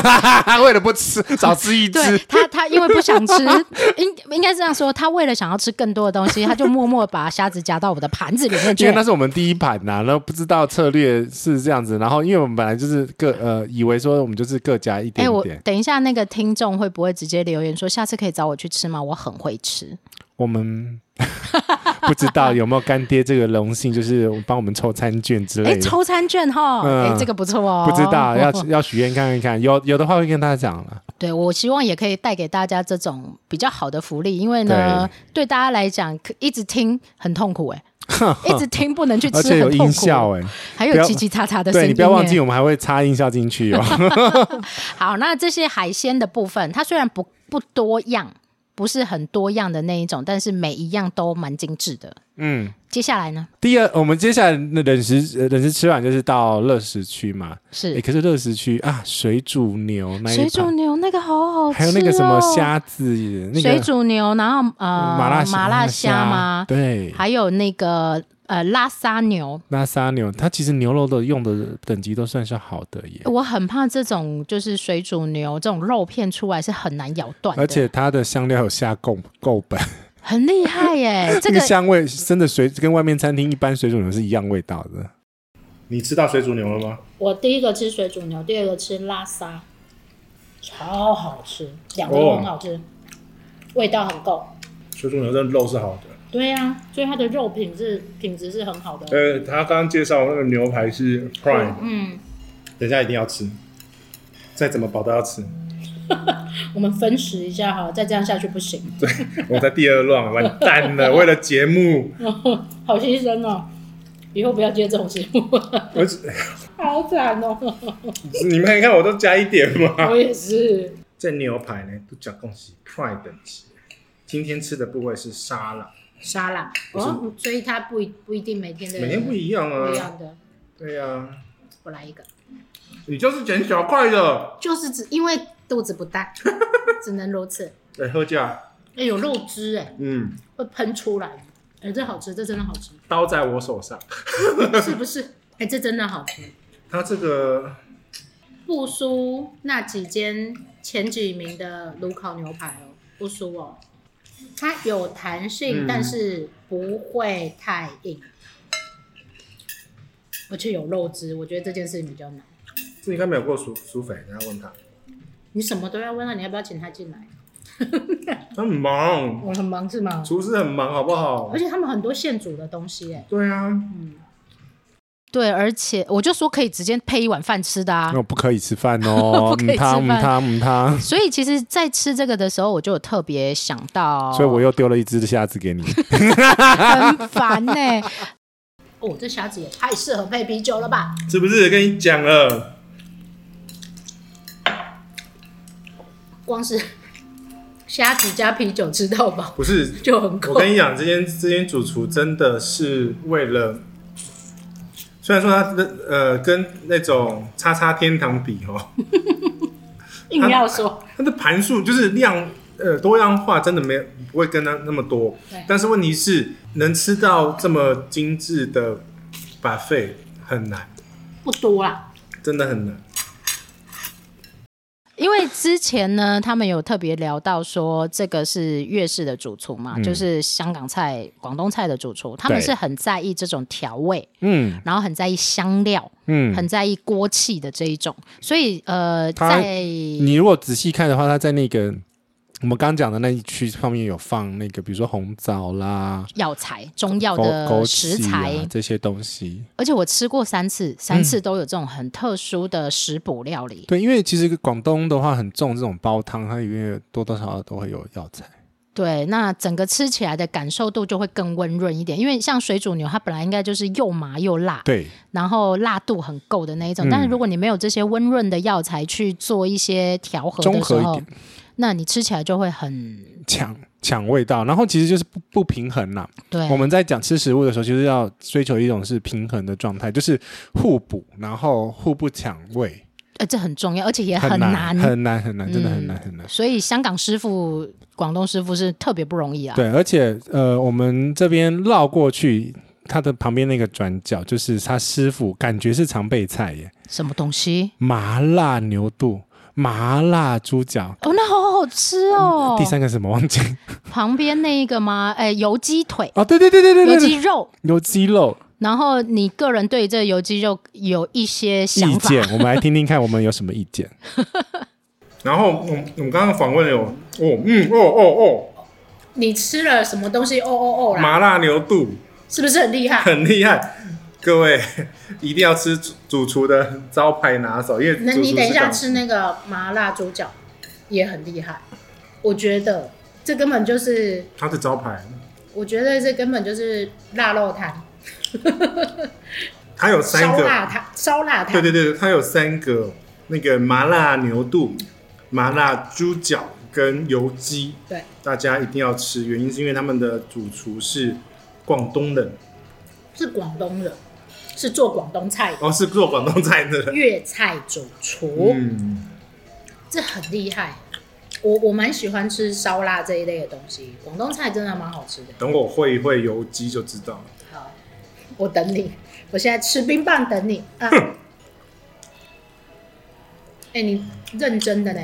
Speaker 2: 为了不吃，少吃一只。
Speaker 1: 对他他因为不想吃，应应该是这样说，他为了想要吃更多的东西，他就默默把虾子夹到我的盘子里面
Speaker 2: 因
Speaker 1: 去
Speaker 2: 为。那是我们第一盘呐、然后不知道策略是这样子，然后因为我们本来就是各呃，以为说我们就是各加一
Speaker 1: 哎、
Speaker 2: 点
Speaker 1: 我
Speaker 2: 点，
Speaker 1: 等一下，那个听众会不会直接留言说，下次可以找我去吃吗？我很会吃。
Speaker 2: 我们不知道有没有干爹这个荣幸，就是帮我们抽餐券之
Speaker 1: 哎、
Speaker 2: 类的，
Speaker 1: 抽餐券哈，哎、
Speaker 2: 嗯
Speaker 1: 这个不错哦。
Speaker 2: 不知道 要要许愿看一看，有有的话会跟大家讲了。
Speaker 1: 对，我希望也可以带给大家这种比较好的福利，因为呢，对大家来讲，可一直听很痛苦 哎、一直听不能去吃，
Speaker 2: 而
Speaker 1: 很
Speaker 2: 且有
Speaker 1: 痛
Speaker 2: 音
Speaker 1: 苦
Speaker 2: 效哎、
Speaker 1: 还
Speaker 2: 不
Speaker 1: 有
Speaker 2: 要
Speaker 1: 叽叽喳喳的声音、哎
Speaker 2: 对你不要忘记，我们还会插音效进去哦。
Speaker 1: 好，那这些海鲜的部分，它虽然不不多样，不是很多样的那一种，但是每一样都蛮精致的。
Speaker 2: 嗯，
Speaker 1: 接下来呢
Speaker 2: 第二，我们接下来的冷食呃冷食吃完就是到热食区嘛，哎、
Speaker 1: 是
Speaker 2: 可是热食区啊，水煮牛那一
Speaker 1: 水煮
Speaker 2: 盘
Speaker 1: 牛，那个好好吃、哦，
Speaker 2: 还有那个什么虾子，那个
Speaker 1: 水煮牛，然后呃
Speaker 2: 麻辣
Speaker 1: 麻辣虾吗？
Speaker 2: 对，
Speaker 1: 还有那个呃拉沙牛，
Speaker 2: 拉沙牛，它其实牛肉的用的等级都算是好的耶，
Speaker 1: 我很怕这种就是水煮牛这种肉片出来是很难咬断的，
Speaker 2: 而且它的香料有下够够本，
Speaker 1: 很厉害耶！这
Speaker 2: 那
Speaker 1: 个
Speaker 2: 个香味真的水跟外面餐厅一般水煮牛是一样味道的。
Speaker 4: 你吃到水煮牛了吗？
Speaker 1: 我第一个吃水煮牛，第二个吃拉沙，超好吃，两
Speaker 4: 个都很好
Speaker 1: 吃，味道很够。
Speaker 4: 水煮牛的肉是好的。
Speaker 1: 对啊，所以它的肉品质品质是很好的。
Speaker 4: 呃，他刚刚介绍那个牛排是 prime，
Speaker 1: 嗯，
Speaker 4: 等一下一定要吃，再怎么饱都要吃。
Speaker 1: 我们分食一下哈，再这样下去不行，
Speaker 4: 我在第二乱，完蛋 了！为了节目，
Speaker 1: 好牺牲哦。以后不要接这种节目，
Speaker 4: 我只
Speaker 1: 好惨哦！
Speaker 4: 你们看看我都加一点 嘛。
Speaker 1: 我也是，
Speaker 4: 这牛排呢，都讲恭喜 prime 等级。今天吃的部位是沙拉，
Speaker 1: 沙拉
Speaker 4: 不是
Speaker 1: 哦，所以它不一不一定每天的
Speaker 4: 每天不一样
Speaker 1: 不一
Speaker 4: 啊。
Speaker 1: 样的。
Speaker 4: 对呀、啊，
Speaker 1: 我来一个，
Speaker 4: 你就是捡小块的。
Speaker 1: 就是只因为肚子不 大，只能如此。
Speaker 4: 来喝价，
Speaker 1: 哎、有肉汁哎、
Speaker 4: 嗯，
Speaker 1: 会喷出来。哎、这好吃，这真的好吃，
Speaker 4: 刀在我手上。
Speaker 1: 啊是不是？哎、这真的好吃。
Speaker 4: 它这个
Speaker 1: 不输那几间前几名的炉烤牛排哦，不输哦。它有弹性，
Speaker 4: 嗯
Speaker 1: 但是不会太硬，而且有肉汁，我觉得这件事情比较难。
Speaker 4: 这应该没有过熟熟肥，等一下问他。
Speaker 1: 你什么都要问他，你要不要请他进来？
Speaker 4: 他很忙，
Speaker 1: 我很忙是吗？
Speaker 4: 厨师很忙，好不好
Speaker 1: 而？且他们很多现煮的东西哎、
Speaker 4: 对啊，
Speaker 1: 对，而且我就说可以直接配一碗饭吃的啊，
Speaker 2: 那、我不可以吃饭 哦
Speaker 1: 不可以
Speaker 2: 嗯汤
Speaker 1: 吃
Speaker 2: 嗯
Speaker 1: 饭
Speaker 2: 汤嗯汤，
Speaker 1: 所以其实，在吃这个的时候，我就有特别想到，
Speaker 2: 所以我又丢了一只虾子给 你。
Speaker 1: 很烦欸呢、 哦，这虾子也太适合配啤酒了吧？
Speaker 4: 是不是跟你讲了？
Speaker 1: 光是虾子加啤酒吃到饱
Speaker 4: 不是，
Speaker 1: 就很
Speaker 4: 我
Speaker 1: 够。
Speaker 4: 跟你讲，这间这间主厨真的是为了，虽然说他的呃跟那种叉叉天堂比 哦，
Speaker 1: 硬要说
Speaker 4: 它的盘数就是量呃多样化，真的没有不不会跟他那么多
Speaker 1: 对。
Speaker 4: 但是问题是，能吃到这么精致的 buffet 很难，
Speaker 1: 不多啦。
Speaker 4: 真的很难。
Speaker 1: 因为之前呢，他们有特别聊到说，这个是粤式的主厨嘛，就是香港菜、广东菜的主厨，他们
Speaker 2: 嗯对
Speaker 1: 是很在意这种调味，
Speaker 2: 嗯
Speaker 1: 然后很在意香料，
Speaker 2: 嗯，
Speaker 1: 很在意锅气的这一种。所以呃，
Speaker 2: 他
Speaker 1: 在
Speaker 2: 你如果仔细看的话，它在那个我们刚刚讲的那一区上面有放那个，比如说红枣啦、
Speaker 1: 药材、中药
Speaker 2: 枸枸
Speaker 1: 的食
Speaker 2: 杞
Speaker 1: 材，
Speaker 2: 啊这些东西。
Speaker 1: 而且我吃过三次，三
Speaker 2: 嗯
Speaker 1: 次都有这种很特殊的食补料理。
Speaker 2: 对，因为其实广东的话很重这种煲汤，它里面多多少少都会有药材。
Speaker 1: 对，那整个吃起来的感受度就会更温润一点，因为像水煮牛，它本来应该就是又麻又辣，
Speaker 2: 对，
Speaker 1: 然后辣度很够的那一种。
Speaker 2: 嗯
Speaker 1: 但是如果你没有这些温润的药材去做一些调和
Speaker 2: 综
Speaker 1: 的时
Speaker 2: 合一
Speaker 1: 候
Speaker 2: 点，，
Speaker 1: 那你吃起来就会很
Speaker 2: 抢抢味道，然后其实就是不不平衡啦。
Speaker 1: 对
Speaker 2: 我。们在讲吃食物的时候，其实要追求一种是平衡的状态，就是互补，然后互不抢味，
Speaker 1: 呃，这很重要，而且也
Speaker 2: 很
Speaker 1: 难。
Speaker 2: 很难，很难，真的很
Speaker 1: 嗯
Speaker 2: 难，很难。
Speaker 1: 所以香港师傅、广东师傅是特别不容易啊。
Speaker 2: 对，而且呃，我们这边绕过去，它的旁边那个转角就是他师傅，感觉是常备菜耶，
Speaker 1: 什么东西？
Speaker 2: 麻辣牛肚、麻辣猪脚。
Speaker 1: 哦，那好好吃哦。
Speaker 2: 嗯第三个是什么忘记？
Speaker 1: 旁边那一个吗？哎，油鸡腿、
Speaker 2: 哦，对对对对对
Speaker 1: 油
Speaker 2: 对
Speaker 1: 鸡
Speaker 2: 对，
Speaker 1: 肉。
Speaker 2: 牛鸡肉
Speaker 1: 然后你个人对这油鸡肉有一些
Speaker 2: 意
Speaker 1: 想法？
Speaker 2: 见，我们来听听看，我们有什么意 见？
Speaker 4: 然后我们我们刚刚访问有哦嗯哦哦
Speaker 1: 你吃了什么东西？哦哦哦
Speaker 4: 哦，麻辣牛肚
Speaker 1: 是不是很厉 害？
Speaker 4: 很厉害，各位一定要吃主主厨的招牌拿手，因为主厨是港
Speaker 1: 那个麻辣猪脚也很厉害，我觉得这根本就是，
Speaker 4: 他的招牌，
Speaker 1: 我觉得这根本就是腊肉汤，
Speaker 4: 他有三个
Speaker 1: 汤，烧腊
Speaker 4: 对对对，它有三个那个麻辣牛肚、麻辣猪脚跟油鸡，
Speaker 1: 对，
Speaker 4: 大家一定要吃。原因是因为他们的主厨是广东人，
Speaker 1: 是广东人，是做广东菜的
Speaker 4: 哦，是做广东菜
Speaker 2: 嗯
Speaker 4: 的人。
Speaker 1: 粤菜主厨。
Speaker 4: 嗯，
Speaker 1: 这很厉害。我我蛮喜欢吃烧腊这一类的东西，广东菜真的蛮好吃的。
Speaker 4: 等我会一会油鸡就知道了。
Speaker 1: 好，我等你，我现在吃冰棒等你啊！哎、你认真的呢？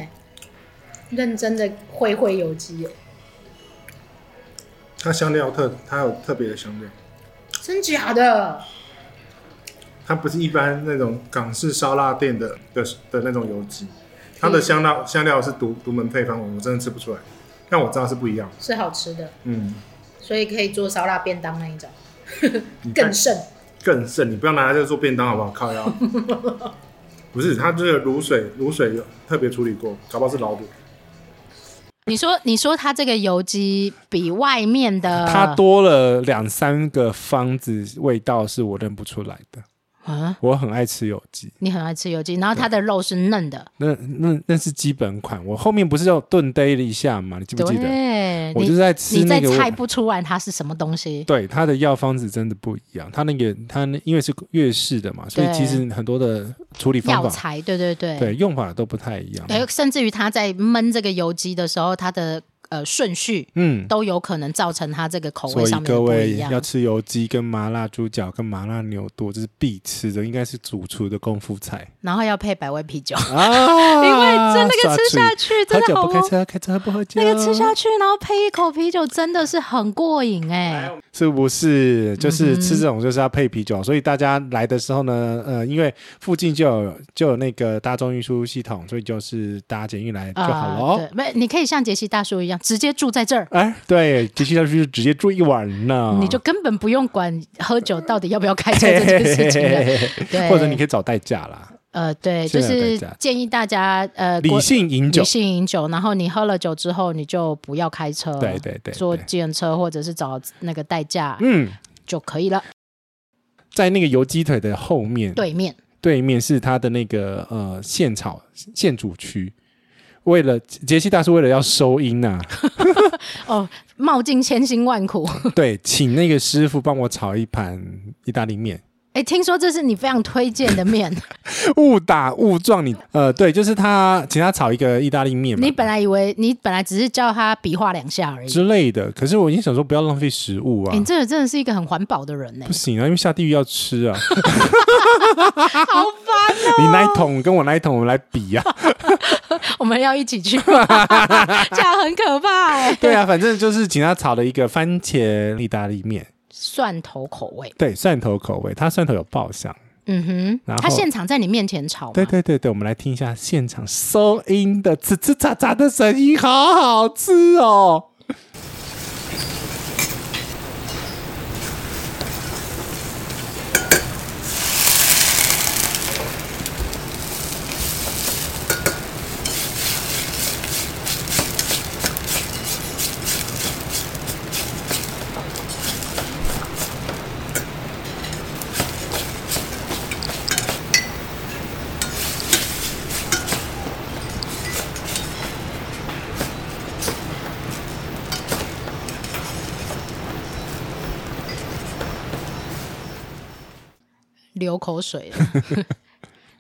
Speaker 1: 认真的会会有机耶，
Speaker 4: 它香料特，它有特别的香料，
Speaker 1: 真假的？
Speaker 4: 它不是一般那种港式烧腊店的的的那种油鸡，它的香料香料是独独门配方，我真的吃不出来。但我知道是不一样的。
Speaker 1: 是好吃的，
Speaker 4: 嗯，
Speaker 1: 所以可以做烧腊便当那一种，
Speaker 4: 你看
Speaker 1: 更胜。
Speaker 4: 更胜，你不要拿来这个做便当好不好？靠腰， 不是，它这个卤水卤水有特别处理过，搞不好是老卤。
Speaker 1: 你说，你说它这个油鸡比外面的
Speaker 2: 它多了两三个方子，味道是我认不出来的。
Speaker 1: 啊？
Speaker 2: 我很爱吃有机，
Speaker 1: 你很爱吃油鸡，然后它的肉是嫩的，
Speaker 2: 那那那是基本款。我后面不是要炖呆了一下嘛？你记不记得？
Speaker 1: 对，
Speaker 2: 我
Speaker 1: 你
Speaker 2: 就是在吃
Speaker 1: 你
Speaker 2: 那
Speaker 1: 再
Speaker 2: 个味。
Speaker 1: 猜不出来它是什么东西。
Speaker 2: 对，它的药方子真的不一样。它那个它那因为是粤式的嘛，所以
Speaker 1: 对
Speaker 2: 其实很多的处理方
Speaker 1: 药
Speaker 2: 法，
Speaker 1: 材，对对对，
Speaker 2: 对用法都不太一样。
Speaker 1: 对甚至于它在焖这个油鸡的时候，它的呃顺序
Speaker 2: 嗯，
Speaker 1: 都有可能造成它这个口
Speaker 2: 所
Speaker 1: 味
Speaker 2: 以
Speaker 1: 上面的
Speaker 2: 各
Speaker 1: 不
Speaker 2: 位
Speaker 1: 一样
Speaker 2: 要。吃油鸡、跟麻辣猪脚、跟麻辣牛肚，这是必吃的，应该是主厨的功夫菜
Speaker 1: 然后要配百威啤酒，
Speaker 2: 啊！
Speaker 1: 因为 真那个
Speaker 2: 刷
Speaker 1: 吃
Speaker 2: 嘴
Speaker 1: 下去
Speaker 2: 喝
Speaker 1: 真的
Speaker 2: 酒
Speaker 1: 好
Speaker 2: 不开
Speaker 1: 哦。
Speaker 2: 车，开车不喝酒。
Speaker 1: 那个吃下去，然后配一口啤酒，真的是很过瘾哎、
Speaker 2: 是不是？
Speaker 1: 嗯
Speaker 2: 就是吃这种就是要配啤酒，所以大家来的时候呢，呃，因为附近就有就有那个大众运输系统，所以就是搭捷运来就
Speaker 1: 啊，
Speaker 2: 好了哦。
Speaker 1: 对，没，你可以像杰西大叔一样，直接住在这儿，
Speaker 2: 哎，对，接下去就直接住一晚 呢，
Speaker 1: 你就根本不用管喝酒到底要不要开车这件事情 了。对，
Speaker 2: 或者你可以找代驾啦，
Speaker 1: 呃，对，
Speaker 2: 现
Speaker 1: 就
Speaker 2: 在有
Speaker 1: 是
Speaker 2: 代驾
Speaker 1: 建议大家呃，
Speaker 2: 理
Speaker 1: 国
Speaker 2: 性饮酒
Speaker 1: 理，性饮酒，然后你喝了酒之后，你就不要开车，
Speaker 2: 对对对
Speaker 1: 坐
Speaker 2: 对
Speaker 1: 计程车或者是找那个代驾
Speaker 2: 嗯，
Speaker 1: 就可以了。
Speaker 2: 在那个油鸡腿的后面，
Speaker 1: 对面
Speaker 2: 对面是它的那个呃现炒现煮区。为了杰西大叔为了要收音啊 呐、
Speaker 1: 哦，冒尽千辛万苦，
Speaker 2: 对，请那个师傅帮我炒一盘意大利面，
Speaker 1: 哎，听说这是你非常推荐的 面，
Speaker 2: 误打误撞你，呃，对，就是他请他炒一个意大利面嘛
Speaker 1: 你本来以为你本来只是叫他比划两下而已。
Speaker 2: 之类的。可是我已经想说不要浪费食物啊
Speaker 1: 哎，你，这个真的是一个很环保的人呢
Speaker 2: 不，行啊，因为下地狱要吃啊。
Speaker 1: 好烦哦！
Speaker 2: 你那一桶跟我那一桶，我们来比 啊。
Speaker 1: 我们要一起 去吗，这样很可怕哎。
Speaker 2: 对啊，反正就是请他炒了一个番茄意大利面，
Speaker 1: 蒜头口味，
Speaker 2: 对，蒜头口味，他蒜头有爆香。
Speaker 1: 嗯哼
Speaker 2: 然，后
Speaker 1: 他现场在你面前炒吗，
Speaker 2: 对对对对，我们来听一下现场收音的吱吱喳喳的声音，好好吃哦。
Speaker 1: 流口水了。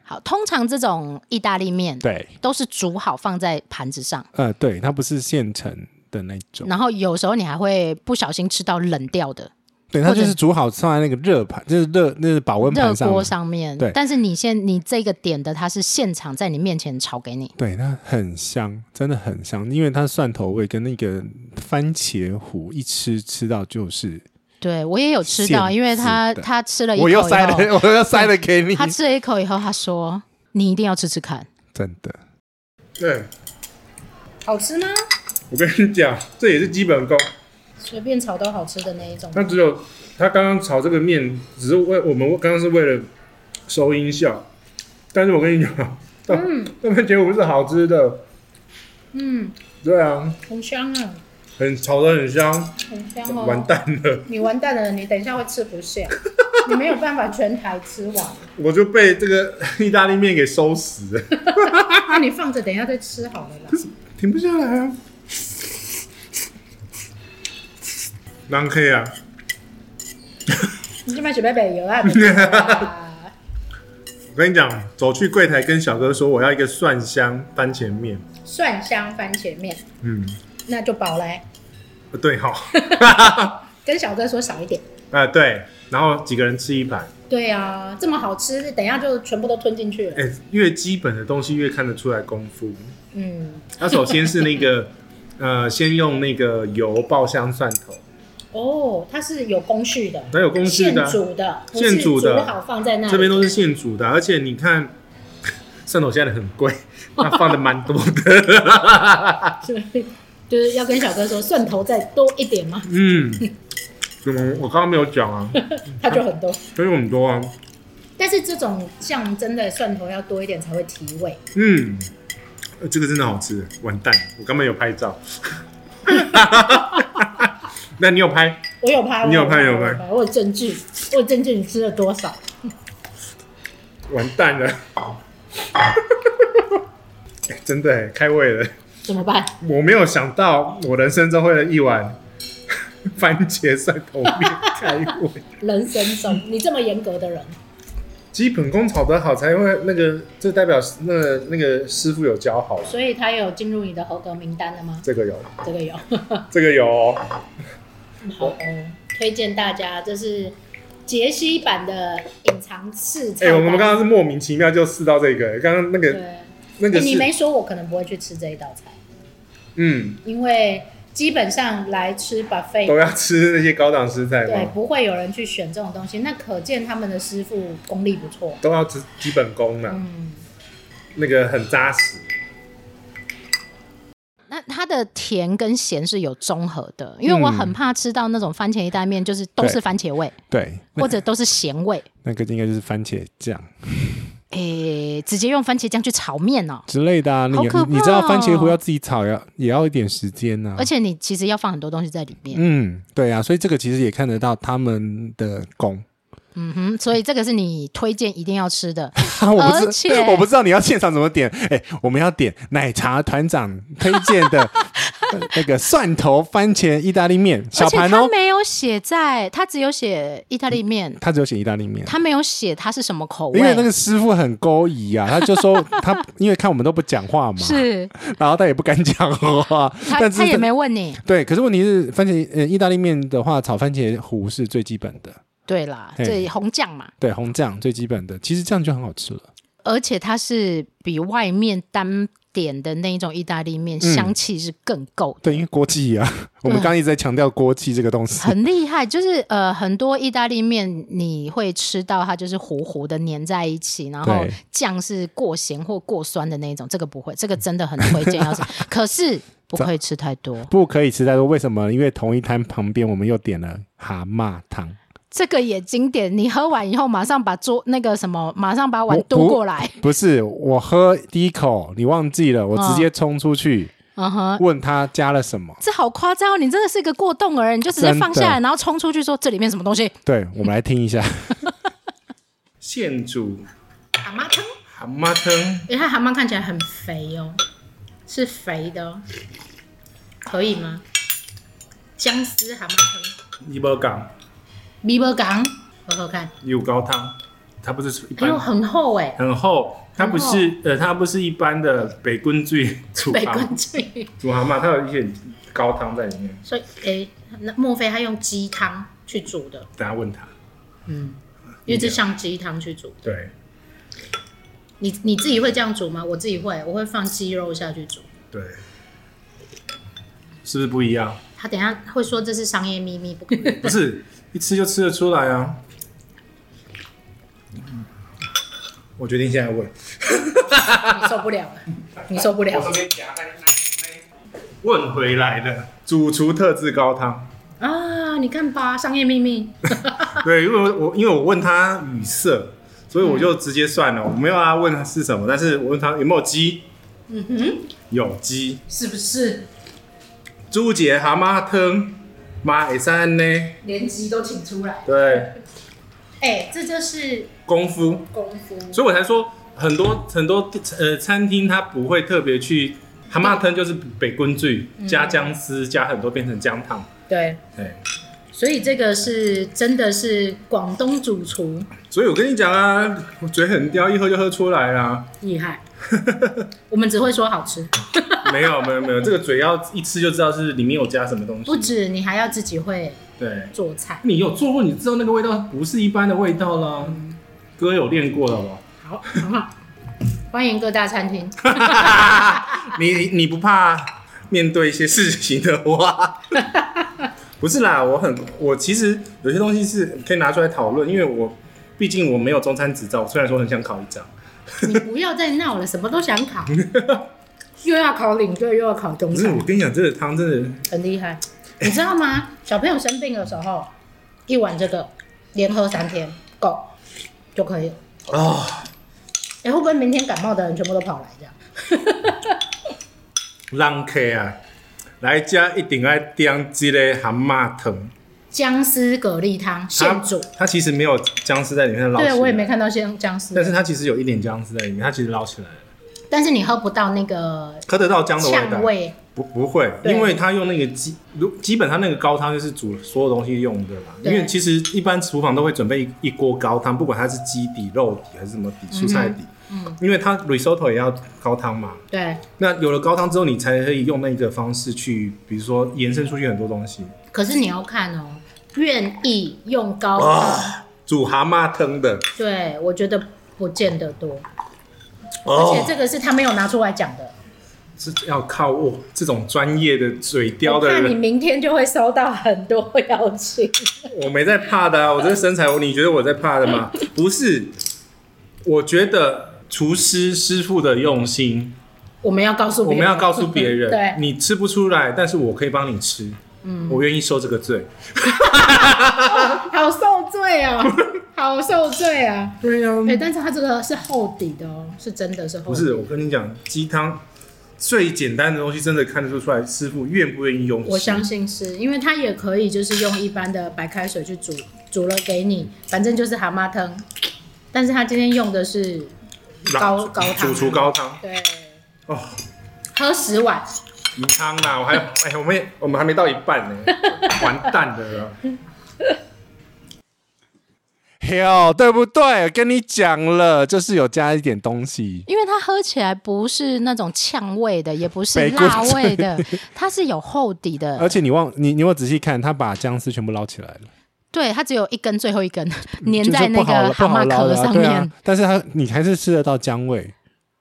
Speaker 1: 好，通常这种意大利面
Speaker 2: 对，
Speaker 1: 都是煮好放在盘子上，
Speaker 2: 呃，对，它不是现成的那种，
Speaker 1: 然后有时候你还会不小心吃到冷掉的
Speaker 2: 对，它
Speaker 1: 或者
Speaker 2: 就是煮好放在那个热盘，就是热那是保温
Speaker 1: 热
Speaker 2: 盘上
Speaker 1: 锅
Speaker 2: 嘛。
Speaker 1: 上面。
Speaker 2: 对
Speaker 1: 但是你现你这个点的，它是现场在你面前炒给你。
Speaker 2: 对，它很香，真的很香，因为它蒜头味跟那个番茄糊一吃吃到就是，
Speaker 1: 对我也有吃到，
Speaker 2: 现
Speaker 1: 因为他
Speaker 2: 制的
Speaker 1: 他吃了一口
Speaker 2: 我
Speaker 1: 以
Speaker 2: 又
Speaker 1: 后，
Speaker 2: 塞了， 我又塞了给 你，
Speaker 1: 他吃了一口以后，他说：“你一定要吃吃看。
Speaker 2: 真的，
Speaker 4: 对，
Speaker 1: 好吃吗？
Speaker 4: 我跟你讲，这也是基本功。
Speaker 1: 随便炒都好吃的那一种
Speaker 4: 那只有他刚刚炒这个面，只是为我们刚刚是为了收音效，但是我跟你讲，嗯，那番茄糊是好吃的，
Speaker 1: 嗯，
Speaker 4: 对啊，
Speaker 1: 很香啊，
Speaker 4: 很炒的很香，
Speaker 1: 很香哦
Speaker 4: 完蛋了，
Speaker 1: 你完蛋了，你等一下会吃不 下，你没有办法全台吃完。
Speaker 4: 我就被这个 意大利面给收死了，
Speaker 1: 那啊你放着，等一下再吃好了啦。
Speaker 4: 停不下来啊，狼 K 啊，
Speaker 1: 你这边小贝贝有啊？不
Speaker 4: 我跟你讲，走去柜台跟小哥说我要一个蒜香番茄面，
Speaker 1: 蒜香番茄面，
Speaker 4: 嗯，
Speaker 1: 那就饱来。
Speaker 4: 不呃对哈、
Speaker 1: 跟小哥说少一点。
Speaker 4: 啊对，然后几个人吃一盘。
Speaker 1: 对啊，这么好吃，等一下就全部都吞进去了。
Speaker 4: 哎、越基本的东西越看得出来功夫。
Speaker 1: 嗯，
Speaker 4: 它首先是那个，呃，先用那个油爆香蒜头，
Speaker 1: 哦，它是有工序的，
Speaker 4: 它有工序的啊
Speaker 1: 现煮的，啊不
Speaker 4: 现
Speaker 1: 是
Speaker 4: 煮
Speaker 1: 煮
Speaker 4: 的
Speaker 1: 好放在那里。
Speaker 4: 这边都是现煮的，而且你看，蒜头现在很贵，它放的蛮多的。
Speaker 1: 是就是要跟小哥说蒜头再多一点嘛，
Speaker 4: 嗯，怎么我刚刚没有讲啊？
Speaker 1: 它就很多。
Speaker 4: 所以很多啊。
Speaker 1: 但是这种像真的蒜头要多一点才会提味。
Speaker 4: 嗯，呃这个真的好吃，完蛋，我刚刚有拍照。 那你有拍？
Speaker 1: 我有拍，
Speaker 4: 你有拍
Speaker 1: 我
Speaker 4: 有拍
Speaker 1: 我我有证据，我有证据，你吃了多少？
Speaker 4: 完蛋了。 哎真的耶开胃了。
Speaker 1: 怎么办？
Speaker 4: 我没有想到我人生中会有一碗 番茄蒜头面开胃，
Speaker 1: 人生中，你这么严格的人，
Speaker 4: 基本功炒得好才会那个，这代表那个那个师傅有教好。
Speaker 1: 所以他有进入你的合格名单了吗？
Speaker 4: 这个有，
Speaker 1: 这个有，
Speaker 4: 这个有哦、
Speaker 1: 好哦，推荐大家，这是杰西版的隐藏式菜
Speaker 4: 哎、
Speaker 1: 单。
Speaker 4: 我们刚刚是莫名其妙就试到这个，刚刚那
Speaker 1: 对
Speaker 4: 个，那
Speaker 1: 哎
Speaker 4: 个
Speaker 1: 你
Speaker 4: 是，
Speaker 1: 没说，我可能不会去吃这一道菜，
Speaker 4: 嗯，
Speaker 1: 因为基本上来吃 buffet
Speaker 4: 都要吃那些高档食材
Speaker 1: 哎对，
Speaker 4: 嘛，
Speaker 1: 不会有人去选这种东西，那可见他们的师傅功力不错。
Speaker 4: 都要吃基本功啦，
Speaker 1: 嗯，
Speaker 4: 那个很扎实。
Speaker 1: 那它的甜跟咸是有综合的，因为
Speaker 4: 嗯
Speaker 1: 我很怕吃到那种番茄意大利面，就是都是
Speaker 2: 对
Speaker 1: 番茄味，
Speaker 2: 对，
Speaker 1: 或者都是咸味，
Speaker 2: 那个应该就是番茄酱
Speaker 1: 诶、直接用番茄酱去炒面哦。
Speaker 2: 之类的啊。你
Speaker 1: 好可怕
Speaker 2: 你知道番茄糊
Speaker 1: 哦
Speaker 2: 要自己炒要也要一点时间呢、
Speaker 1: 而且你其实要放很多东西在里面，
Speaker 2: 嗯，对啊，所以这个其实也看得到他们的功。
Speaker 1: 嗯哼，所以这个是你推荐一定要吃的。
Speaker 2: 啊， 我不
Speaker 1: 而
Speaker 2: 知
Speaker 1: 且
Speaker 2: 我不知道你要现场怎么点。哎、我们要点奶茶团长推荐的那个蒜头番茄意大利面，
Speaker 1: 而
Speaker 2: 小
Speaker 1: 且
Speaker 2: 盘
Speaker 1: 他
Speaker 2: 哦，
Speaker 1: 没有写在，他只有写意大利面，
Speaker 2: 他只有写意大利面。
Speaker 1: 他没有写他是什么口味。
Speaker 2: 因为那个师傅很勾引啊，他就说他 因为看我们都不讲话嘛，
Speaker 1: 是
Speaker 2: 然后他也不敢讲话，
Speaker 1: 他
Speaker 2: 但是
Speaker 1: 他也没问你。
Speaker 2: 对，可是问题是番茄呃意大利面的话，炒番茄糊是最基本的，
Speaker 1: 对啦，
Speaker 2: 嘿
Speaker 1: 这红酱嘛，
Speaker 2: 对，红酱最基本的，其实这样就很好吃了。
Speaker 1: 而且它是比外面单点的那一种意大利面、
Speaker 2: 嗯
Speaker 1: 香气是更够的。
Speaker 2: 对，因为锅气啊，我们刚刚一直在强调锅气这个东西，
Speaker 1: 很厉害，就是呃，很多意大利面你会吃到它就是糊糊的粘在一起，然后
Speaker 2: 对
Speaker 1: 酱是过咸或过酸的那一种，这个不会，这个真的很推荐要 吃，可是不可以吃太多，
Speaker 2: 不可以吃太多。为什么？因为同一摊旁边我们又点了蛤蟆汤，
Speaker 1: 这个也经典。你喝完以后马上把桌那个什么，马上把碗
Speaker 2: 我
Speaker 1: 端
Speaker 2: 不
Speaker 1: 过来，
Speaker 2: 不是我喝第一口，你忘记了，我直接冲出去、
Speaker 1: 嗯哼。
Speaker 2: 问他加了什么。
Speaker 1: 这好夸张哦！你真的是一个过动儿，你就直接
Speaker 2: 真的
Speaker 1: 放下来，然后冲出去说这里面什么东西？
Speaker 2: 对，我们来听一下。
Speaker 4: 现煮
Speaker 1: 蛤蟆汤，
Speaker 4: 蛤蟆汤，
Speaker 1: 因为它蛤蟆看起来很肥哦，是肥的、哦，可以吗？姜丝蛤蟆汤，
Speaker 4: 你不讲
Speaker 1: 米波港，喝喝看，
Speaker 4: 有高汤，它不是一
Speaker 1: 哎呦，
Speaker 4: 般
Speaker 1: 很厚哎，
Speaker 4: 很厚，它不
Speaker 1: 哦
Speaker 4: 是呃，它不是一般的北滚 水煮
Speaker 1: 被
Speaker 4: 蛤
Speaker 1: 灌醉，
Speaker 4: 煮蛤蟆，它有一些高汤在里面。
Speaker 1: 所以哎，那莫非他用鸡汤去煮的？
Speaker 4: 等下问他，
Speaker 1: 嗯，因为这像鸡汤去煮。
Speaker 4: 对，
Speaker 1: 你你自己会这样煮吗？我自己会，我会放鸡肉下去煮。
Speaker 4: 对，是不是不 一样？
Speaker 1: 他等一下会说这是商业秘密，不可以。
Speaker 4: 不是，一吃就吃得出来啊。我决定现在问。
Speaker 1: 你受不了 了，你受不了了
Speaker 4: 边夹那问回来的主厨特制高 汤。
Speaker 1: 啊！你看吧，商业秘密。
Speaker 4: 对，因为我因为我问他语塞，所以我
Speaker 1: 嗯
Speaker 4: 就直接算了，我没有要问他是什么，但是我问他有没有鸡，
Speaker 1: 嗯哼，
Speaker 4: 有鸡，
Speaker 1: 是不是
Speaker 4: 猪节蛤蟆汤，妈会三呢？
Speaker 1: 连鸡都请出来？
Speaker 4: 对，
Speaker 1: 哎、这就是
Speaker 4: 功夫。
Speaker 1: 功夫。
Speaker 4: 所以我才说很多很多呃餐厅它不会特别去蛤蟆汤，就是北滚醉加姜丝加很多变成姜汤，
Speaker 1: 对，
Speaker 4: 哎，
Speaker 1: 所以这个是真的是广东主厨
Speaker 4: 所以我跟你讲啊，我嘴很刁，一喝就喝出来啦。
Speaker 1: 厉害。我们只会说好吃，
Speaker 4: 没有没有没有，这个嘴要一吃就知道是里面有加什么东西。
Speaker 1: 不止你还要自己会
Speaker 4: 对，
Speaker 1: 做菜。
Speaker 4: 你有做过，你知道那个味道不是一般的味道啦。哥有练过了哦吧？
Speaker 1: 好，很好，欢迎各大餐厅。
Speaker 4: 你你你不怕面对一些事情的话？ 不是啦，我很我其实有些东西是可以拿出来讨论，因为我毕竟我没有中餐执照，虽然说很想考一张。
Speaker 1: 你不要再闹了，什么都想考，又要考领队，又要考中
Speaker 4: 不是，
Speaker 1: 餐
Speaker 4: 我，跟你讲，这个汤真的
Speaker 1: 很厉害。你知道吗？小朋友生病的时候，一碗这个连喝三天够就可以了。
Speaker 4: 啊、
Speaker 1: 哎、会不会明天感冒的人全部都跑来这样？
Speaker 4: 浪客啊！来家一定要点这个蛤蟆汤，
Speaker 1: 姜丝蛤蜊汤
Speaker 4: 它
Speaker 1: 现煮，
Speaker 4: 它其实没有姜丝在里面捞起
Speaker 1: 对
Speaker 4: 来，
Speaker 1: 我也没看到现姜丝，
Speaker 4: 但是它其实有一点姜丝在里面，它其实捞起来了，
Speaker 1: 但是你喝不到那个
Speaker 4: 喝得到姜的味道
Speaker 1: 呛。味，
Speaker 4: 不不会，
Speaker 1: 对
Speaker 4: 因为它用那个基，如基本它那个高汤就是煮所有东西用的啦。因
Speaker 1: 对
Speaker 4: 为其实一般厨房都会准备一一锅高汤，不管它是鸡底、肉底还是什么底、蔬菜底，嗯，因为它 risotto 也要高汤嘛。
Speaker 1: 对。
Speaker 4: 那有了高汤之后，你才可以用那个方式去，比如说延伸出去很多东西。
Speaker 1: 可是你要看哦，愿意用高汤，
Speaker 4: 啊，煮蛤蟆汤的，
Speaker 1: 对我觉得不见得多，而且
Speaker 4: 哦，
Speaker 1: 这个是他没有拿出来讲的。
Speaker 4: 是要靠我这种专业的嘴刁
Speaker 1: 我
Speaker 4: 的
Speaker 1: 看你
Speaker 4: 人，
Speaker 1: 明天就会收到很多邀请。
Speaker 4: 我没在怕 的啊，我这个身材，我你觉得我在怕的吗？不是，我觉得厨师师傅的用心，
Speaker 1: 我们要告诉
Speaker 4: 我
Speaker 1: 别
Speaker 4: 们
Speaker 1: 人
Speaker 4: 要告诉别人，
Speaker 1: 对，
Speaker 4: 你吃不出来，但是我可以帮你吃，嗯，我愿意受这个罪。
Speaker 1: 好受罪哦， 好受罪啊！
Speaker 4: 对呀、
Speaker 1: 哎、但是它这个是厚底的哦，是真的是厚
Speaker 4: 不
Speaker 1: 底。
Speaker 4: 是，我跟你讲，鸡汤最简单的东西，真的看得出来师傅愿不愿意用心。
Speaker 1: 我相信是因为它也可以就是用一般的白开水去煮，煮了给你，反正就是蛤蟆汤。但是他今天用的是
Speaker 4: 老
Speaker 1: 高高汤
Speaker 4: 主厨高汤
Speaker 1: 对，
Speaker 4: 哦，
Speaker 1: 喝十碗，
Speaker 4: 鱼汤啦，我还有哎、我们也我们还没到一半 呢、完蛋的了。
Speaker 2: 哟，对不对？跟你讲了，就是有加一点东西。
Speaker 1: 因为它喝起来不是那种呛味的，也不是
Speaker 2: 北棍
Speaker 1: 辣味的，它是有厚底的，
Speaker 2: 而且你忘你你有仔细看，他把姜丝全部捞起来了，
Speaker 1: 对，它只有一根最后一根粘
Speaker 2: 嗯就是
Speaker 1: 在那
Speaker 2: 不好
Speaker 1: 个
Speaker 2: 不
Speaker 1: 蛤
Speaker 2: 好
Speaker 1: 蟆
Speaker 2: 捞
Speaker 1: 壳
Speaker 2: 了啊，
Speaker 1: 上
Speaker 2: 对
Speaker 1: 面。
Speaker 2: 啊。但是它你还是吃得到姜味，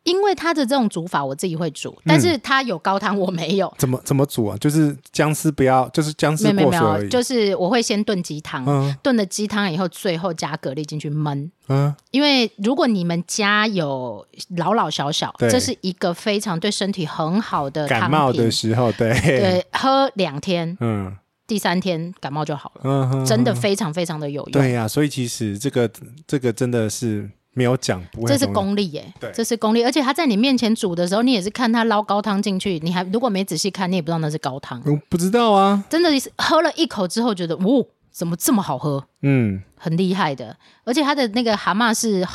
Speaker 1: 因为它的这种煮法我自己会煮，
Speaker 2: 嗯
Speaker 1: 但是它有高汤我没有。
Speaker 2: 怎么怎么煮啊？就是姜丝不要，就是姜丝
Speaker 1: 没有没有没
Speaker 2: 过水而
Speaker 1: 有，
Speaker 2: 已。
Speaker 1: 就是我会先炖鸡汤，
Speaker 2: 嗯
Speaker 1: 炖了鸡汤以后，最后加蛤蜊进去焖。
Speaker 2: 嗯，
Speaker 1: 因为如果你们家有老老小小，
Speaker 2: 对
Speaker 1: 这是一个非常对身体很好的汤
Speaker 2: 感冒
Speaker 1: 品
Speaker 2: 的时候，对，
Speaker 1: 对，喝两天，
Speaker 2: 嗯
Speaker 1: 第三天感冒就好了，
Speaker 2: 嗯哼，
Speaker 1: 真的非常非常的有用。
Speaker 2: 对呀、所以其实这个这个真的是没有讲，不会
Speaker 1: 这是
Speaker 2: 懂
Speaker 1: 功力耶、
Speaker 2: 对
Speaker 1: 这是功力，而且他在你面前煮的时候，你也是看他捞高汤进去，你还如果没仔细看，你也不知道那是高汤。
Speaker 2: 我不知道啊，
Speaker 1: 真的是喝了一口之后，觉得哦，怎么这么好喝，
Speaker 2: 嗯，
Speaker 1: 很厉害的。而且它的那个蛤蟆是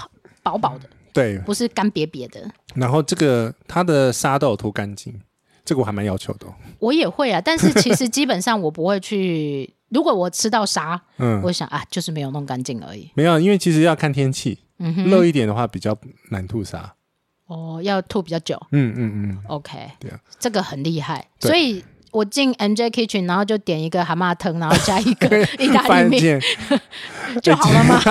Speaker 1: 薄薄的，
Speaker 2: 对。
Speaker 1: 不是干瘪瘪的。
Speaker 2: 然后这个它的沙都有涂干净，这个我还蛮要求的哦、
Speaker 1: 我也会啊，但是其实基本上我不会去。如果我吃到沙，
Speaker 2: 嗯，
Speaker 1: 我想啊，就是没有弄干净而已。
Speaker 2: 没有，因为其实要看天气，
Speaker 1: 嗯
Speaker 2: 热
Speaker 1: 哼，
Speaker 2: 一点的话比较难吐沙。
Speaker 1: 哦，要吐比较久。
Speaker 2: 嗯嗯
Speaker 1: OK，
Speaker 2: 对啊
Speaker 1: 这个很厉害，
Speaker 2: 对
Speaker 1: 所以。我进 MJ Kitchen，然后就点一个蛤蟆汤，然后加一 个意
Speaker 2: 嗯，
Speaker 1: 大利
Speaker 2: 犯
Speaker 1: 面
Speaker 2: 贱
Speaker 1: 就好了吗？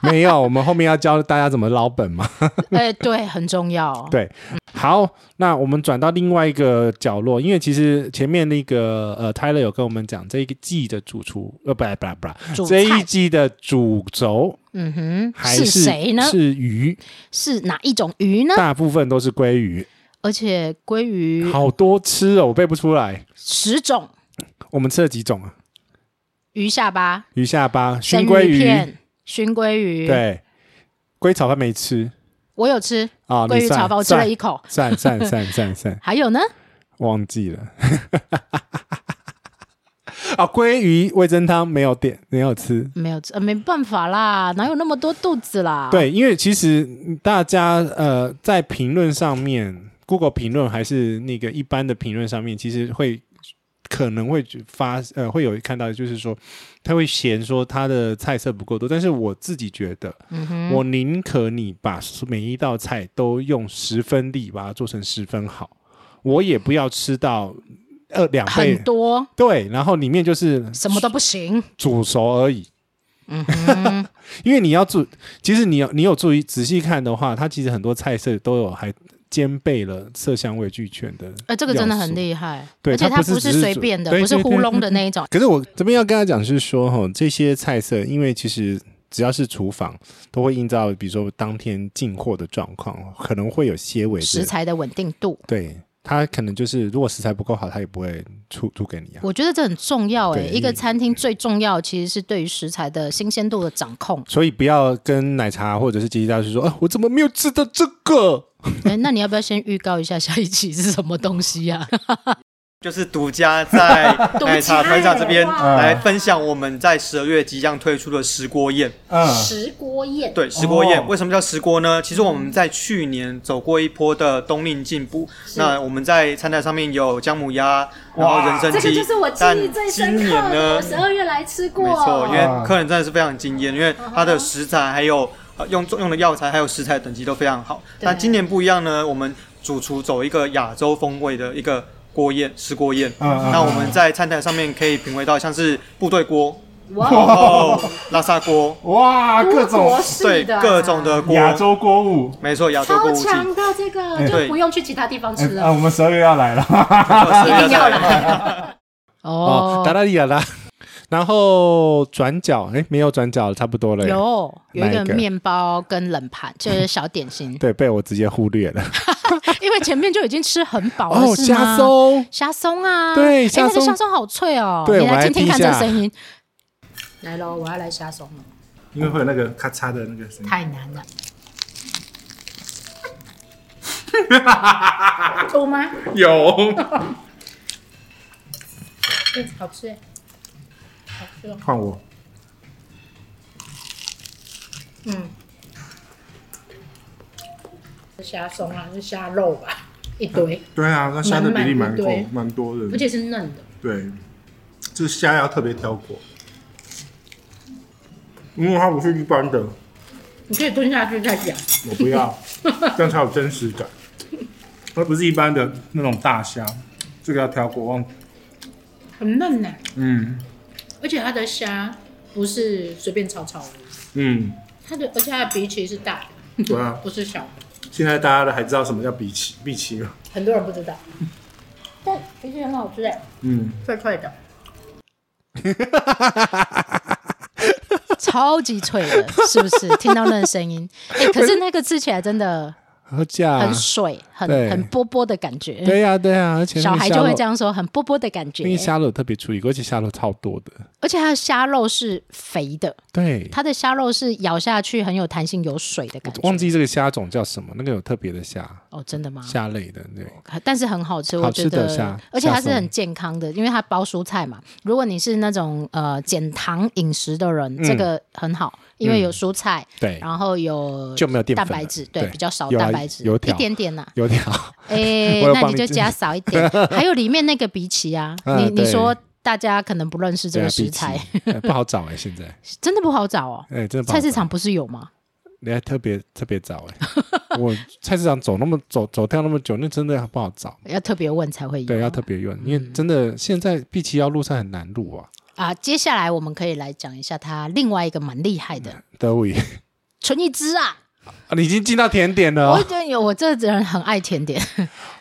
Speaker 2: 没有，我们后面要教大家怎么捞本嘛。
Speaker 1: 哎，对，很重要。
Speaker 2: 对，好，那我们转到另外一个角落，因为其实前面那个呃，Tyler 有跟我们讲这一个季的主厨，呃，不不不
Speaker 1: 主
Speaker 2: 不，这一
Speaker 1: 菜
Speaker 2: 季的主轴
Speaker 1: 嗯哼，
Speaker 2: 还
Speaker 1: 是谁呢？
Speaker 2: 是鱼，
Speaker 1: 是哪一种鱼呢？
Speaker 2: 大部分都是鲑鱼，
Speaker 1: 而且鲑鱼
Speaker 2: 好多吃哦，我背不出来。
Speaker 1: 十种，
Speaker 2: 我们吃了几种啊？
Speaker 1: 鱼下巴、
Speaker 2: 鱼下巴、
Speaker 1: 生
Speaker 2: 熏鲑
Speaker 1: 鱼
Speaker 2: 鱼，
Speaker 1: 片、熏鲑鱼，，
Speaker 2: 对，龟炒饭没吃
Speaker 1: 我有吃
Speaker 2: 啊，
Speaker 1: 鲑
Speaker 2: 你
Speaker 1: 鱼
Speaker 2: 算
Speaker 1: 炒饭，我吃了一口。
Speaker 2: 算算算算算，
Speaker 1: 还有呢？
Speaker 2: 忘记 了。啊，鲑鱼味噌汤没有点，没有吃。
Speaker 1: 没有吃，呃，没办法啦，哪有那么多肚子啦？，
Speaker 2: 对，因为其实大家呃在评论上面，Google 评论还是那个一般的评论上面，其实会可能会发呃会有看到，就是说他会嫌说他的菜色不够多，但是我自己觉得，
Speaker 1: 嗯哼，
Speaker 2: 我宁可你把每一道菜都用十分力把它做成十分好，我也不要吃到呃两倍
Speaker 1: 很多，
Speaker 2: 对，然后里面就是
Speaker 1: 什么都不行。
Speaker 2: 煮熟而已。
Speaker 1: 嗯哼，
Speaker 2: 因为你要注，其实你有你有注意仔细看的话，它其实很多菜色都有还兼备了色香味俱全的。
Speaker 1: 呃，这个真的很
Speaker 2: 害。
Speaker 1: 厉害，
Speaker 2: 对
Speaker 1: 而且它
Speaker 2: 它不是
Speaker 1: 不
Speaker 2: 只是
Speaker 1: 随
Speaker 2: 煮
Speaker 1: 便的，
Speaker 2: 对
Speaker 1: 不是
Speaker 2: 对对
Speaker 1: 糊弄的那一种。
Speaker 2: 可是我这边要跟他讲是说，哈，这些菜色，因为其实只要是厨房，都会映照，比如说当天进货的状况，可能会有些微的
Speaker 1: 食材的稳定度，
Speaker 2: 对。它可能就是，如果食材不够好，它也不会出出给你啊。
Speaker 1: 我觉得这很重要诶、
Speaker 2: 对
Speaker 1: 一个餐厅最重要其实是对于食材的新鲜度的掌 控。
Speaker 2: 所以不要跟奶茶或者是吉吉大师说，啊，我怎么没有吃到这个？
Speaker 1: 哎、那你要不要先预告一下下一期是什么东西啊 呀、
Speaker 3: 就是独家在
Speaker 1: 独家
Speaker 3: 奶茶团长这边
Speaker 4: 哇
Speaker 3: 来分享我们在十二月即将推出的石锅宴。
Speaker 4: 嗯，
Speaker 1: 石锅宴，
Speaker 3: 啊对，石锅宴、
Speaker 4: 哦
Speaker 3: 为什么叫石锅呢？其实我们在去年走过一波的冬令进补，那我们在餐台上面有姜母鸭，然后人参鸡，但今年呢，
Speaker 1: 二月来吃过
Speaker 3: 没错，因
Speaker 4: 哇
Speaker 3: 为客人真的是非常惊艳，因为它的食材还有呃用用的药材还有食材等级都非常好。
Speaker 1: 对
Speaker 3: 但今年不一样呢，我们主厨走一个亚洲风味的一个锅宴，石锅宴。
Speaker 4: 嗯
Speaker 3: 那我们在餐台上面可以品味到像是部队 锅，
Speaker 1: 哇哦
Speaker 3: 然后拉萨锅，
Speaker 4: 哇，各种
Speaker 3: 哦对各种的锅，
Speaker 4: 亚洲锅物。
Speaker 3: 没错，亚洲锅物器，
Speaker 1: 的这个
Speaker 4: 嗯
Speaker 3: 就不
Speaker 1: 用去其他地方
Speaker 4: 哎啊，我们十二月要来了，
Speaker 3: 一
Speaker 1: 定要 来。
Speaker 2: 哦
Speaker 1: 哦，，
Speaker 2: 达拉利亚啦。 然后转角，哎，没有转角了，差不多了。
Speaker 1: 有有一
Speaker 2: 哪
Speaker 1: 个
Speaker 2: 一个，
Speaker 1: 面包跟冷盘，就是小点心
Speaker 2: 对，被我直接忽略了。
Speaker 1: 因为前面就已经吃很饱了，
Speaker 2: 哦，
Speaker 1: 是吗
Speaker 2: 虾松，
Speaker 1: 虾松啊，
Speaker 2: 对
Speaker 1: 哎
Speaker 2: 虾
Speaker 1: 那个
Speaker 2: 松
Speaker 1: 虾松好脆哦，
Speaker 2: 对
Speaker 1: 你
Speaker 2: 我
Speaker 1: 来
Speaker 2: 来
Speaker 1: 听听
Speaker 2: 听
Speaker 1: 看
Speaker 2: 一
Speaker 1: 这
Speaker 2: 下
Speaker 1: 个声音。来喽，我要来虾松了，
Speaker 4: 因为会有那个咔嚓的那个声音。
Speaker 1: 太难了。吐吗？
Speaker 4: 有，
Speaker 1: 嗯，好吃耶，好吃哦。
Speaker 4: 换我。
Speaker 1: 嗯，是虾松啊，是虾肉吧？一堆，
Speaker 4: 对啊，那虾的比例蛮
Speaker 1: 满满一堆
Speaker 4: 够蛮多
Speaker 1: 而
Speaker 4: 的，
Speaker 1: 且是嫩的。
Speaker 4: 对，这个虾要特别挑过，因为它不是一般的，
Speaker 1: 你可以吞下去再讲。
Speaker 4: 我 不要，这样才有真实感。它不是一般的那种大虾，这个要挑过，忘
Speaker 1: 很嫩呢、
Speaker 4: 嗯
Speaker 1: 而且它的虾不是随便炒炒的，
Speaker 4: 嗯，
Speaker 1: 它的而且它的鼻鳍是大
Speaker 4: 对啊
Speaker 1: 的，， 不是小的，碧
Speaker 4: 现在大家还知道什么叫比奇比奇吗？
Speaker 1: 很多人不知道。但其实很好吃哎、
Speaker 4: 嗯，
Speaker 1: 脆脆的，超级脆的，是不是？听到那个声 音，哎、可是那个吃起来真的
Speaker 2: 好假，
Speaker 1: 很水，很
Speaker 2: 对
Speaker 1: 很波波的感觉。
Speaker 2: 对呀、对呀、而且那
Speaker 1: 小
Speaker 2: 个
Speaker 1: 孩
Speaker 2: 虾
Speaker 1: 就会
Speaker 2: 肉
Speaker 1: 这，样说，很波波的感觉
Speaker 2: 那。个虾肉特别处理过，而且虾肉超多的，
Speaker 1: 而且它的虾肉是肥的，
Speaker 2: 对。
Speaker 1: 它的虾肉是咬下去很有弹性、有水的感觉。
Speaker 2: 忘记这个虾种叫什么，那个有特别的虾，
Speaker 1: 哦，真的吗？
Speaker 2: 虾类的，对，
Speaker 1: 但是很好吃，我
Speaker 2: 好吃
Speaker 1: 觉
Speaker 2: 的虾
Speaker 1: 得，而且它
Speaker 2: 虾
Speaker 1: 是
Speaker 2: 松
Speaker 1: 很健康的，因为它包蔬菜嘛。如果你是那种呃减糖饮食的
Speaker 2: 嗯
Speaker 1: 人，这个很好，因为有蔬菜，
Speaker 2: 对
Speaker 1: 然后有
Speaker 2: 嗯就没有淀粉
Speaker 1: 蛋
Speaker 2: 了
Speaker 1: 白质，对，
Speaker 2: 对
Speaker 1: 比较少
Speaker 2: 有啊
Speaker 1: 蛋白质，
Speaker 2: 油
Speaker 1: 一
Speaker 2: 条
Speaker 1: 点点 呐。
Speaker 2: 油条，
Speaker 1: 哎
Speaker 2: 我有，
Speaker 1: 那
Speaker 2: 帮
Speaker 1: 你
Speaker 2: 你
Speaker 1: 就
Speaker 2: 记
Speaker 1: 加少一 点。还有里面那个荸荠啊，
Speaker 2: 嗯
Speaker 1: 你你
Speaker 2: 对
Speaker 1: 说大家可能不认 识这
Speaker 2: 对啊，
Speaker 1: 个
Speaker 2: 荸
Speaker 1: 食材，
Speaker 2: 荠哎不好找哎， 现在，
Speaker 1: 真的不好找哦。
Speaker 2: 哎，真的不好
Speaker 1: 菜市
Speaker 2: 找
Speaker 1: 场不是有吗？
Speaker 2: 你还特别特别早哎、 我菜市场走那么走走跳那么久，那真的不好找。
Speaker 1: 要特别问才会有。啊嗯
Speaker 2: 对，要特别远，因为真的现在碧琪要路上很难路啊。
Speaker 1: 啊，接下来我们可以来讲一下它另外一个蛮厉害的
Speaker 2: 德伟，
Speaker 1: 纯一枝啊。
Speaker 2: 啊你已经进到甜点了
Speaker 1: 我
Speaker 2: 哦、
Speaker 1: 觉得有我这个人很爱甜 点，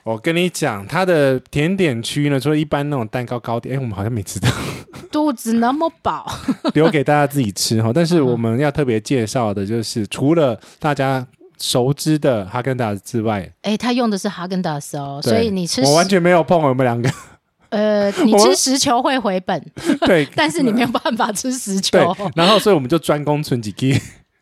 Speaker 2: 我跟你讲，它的甜点区呢，除了一般那种蛋糕糕点，哎，我们好像没吃到，
Speaker 1: 肚子那么饱，
Speaker 2: 留给大家自己吃哈。但是
Speaker 1: 嗯
Speaker 2: 我们要特别介绍的就是，除了大家熟知的哈根达斯之外，
Speaker 1: 哎，他用的是哈根达斯哦，
Speaker 2: 对
Speaker 1: 所以你吃
Speaker 2: 我完
Speaker 1: 十
Speaker 2: 全没有碰我们两个，
Speaker 1: 呃，你
Speaker 2: 我
Speaker 1: 吃十球会回 本，
Speaker 2: 对
Speaker 1: 但是你没有办法吃十球
Speaker 2: 对。。然后，所以我们就专攻纯几 K。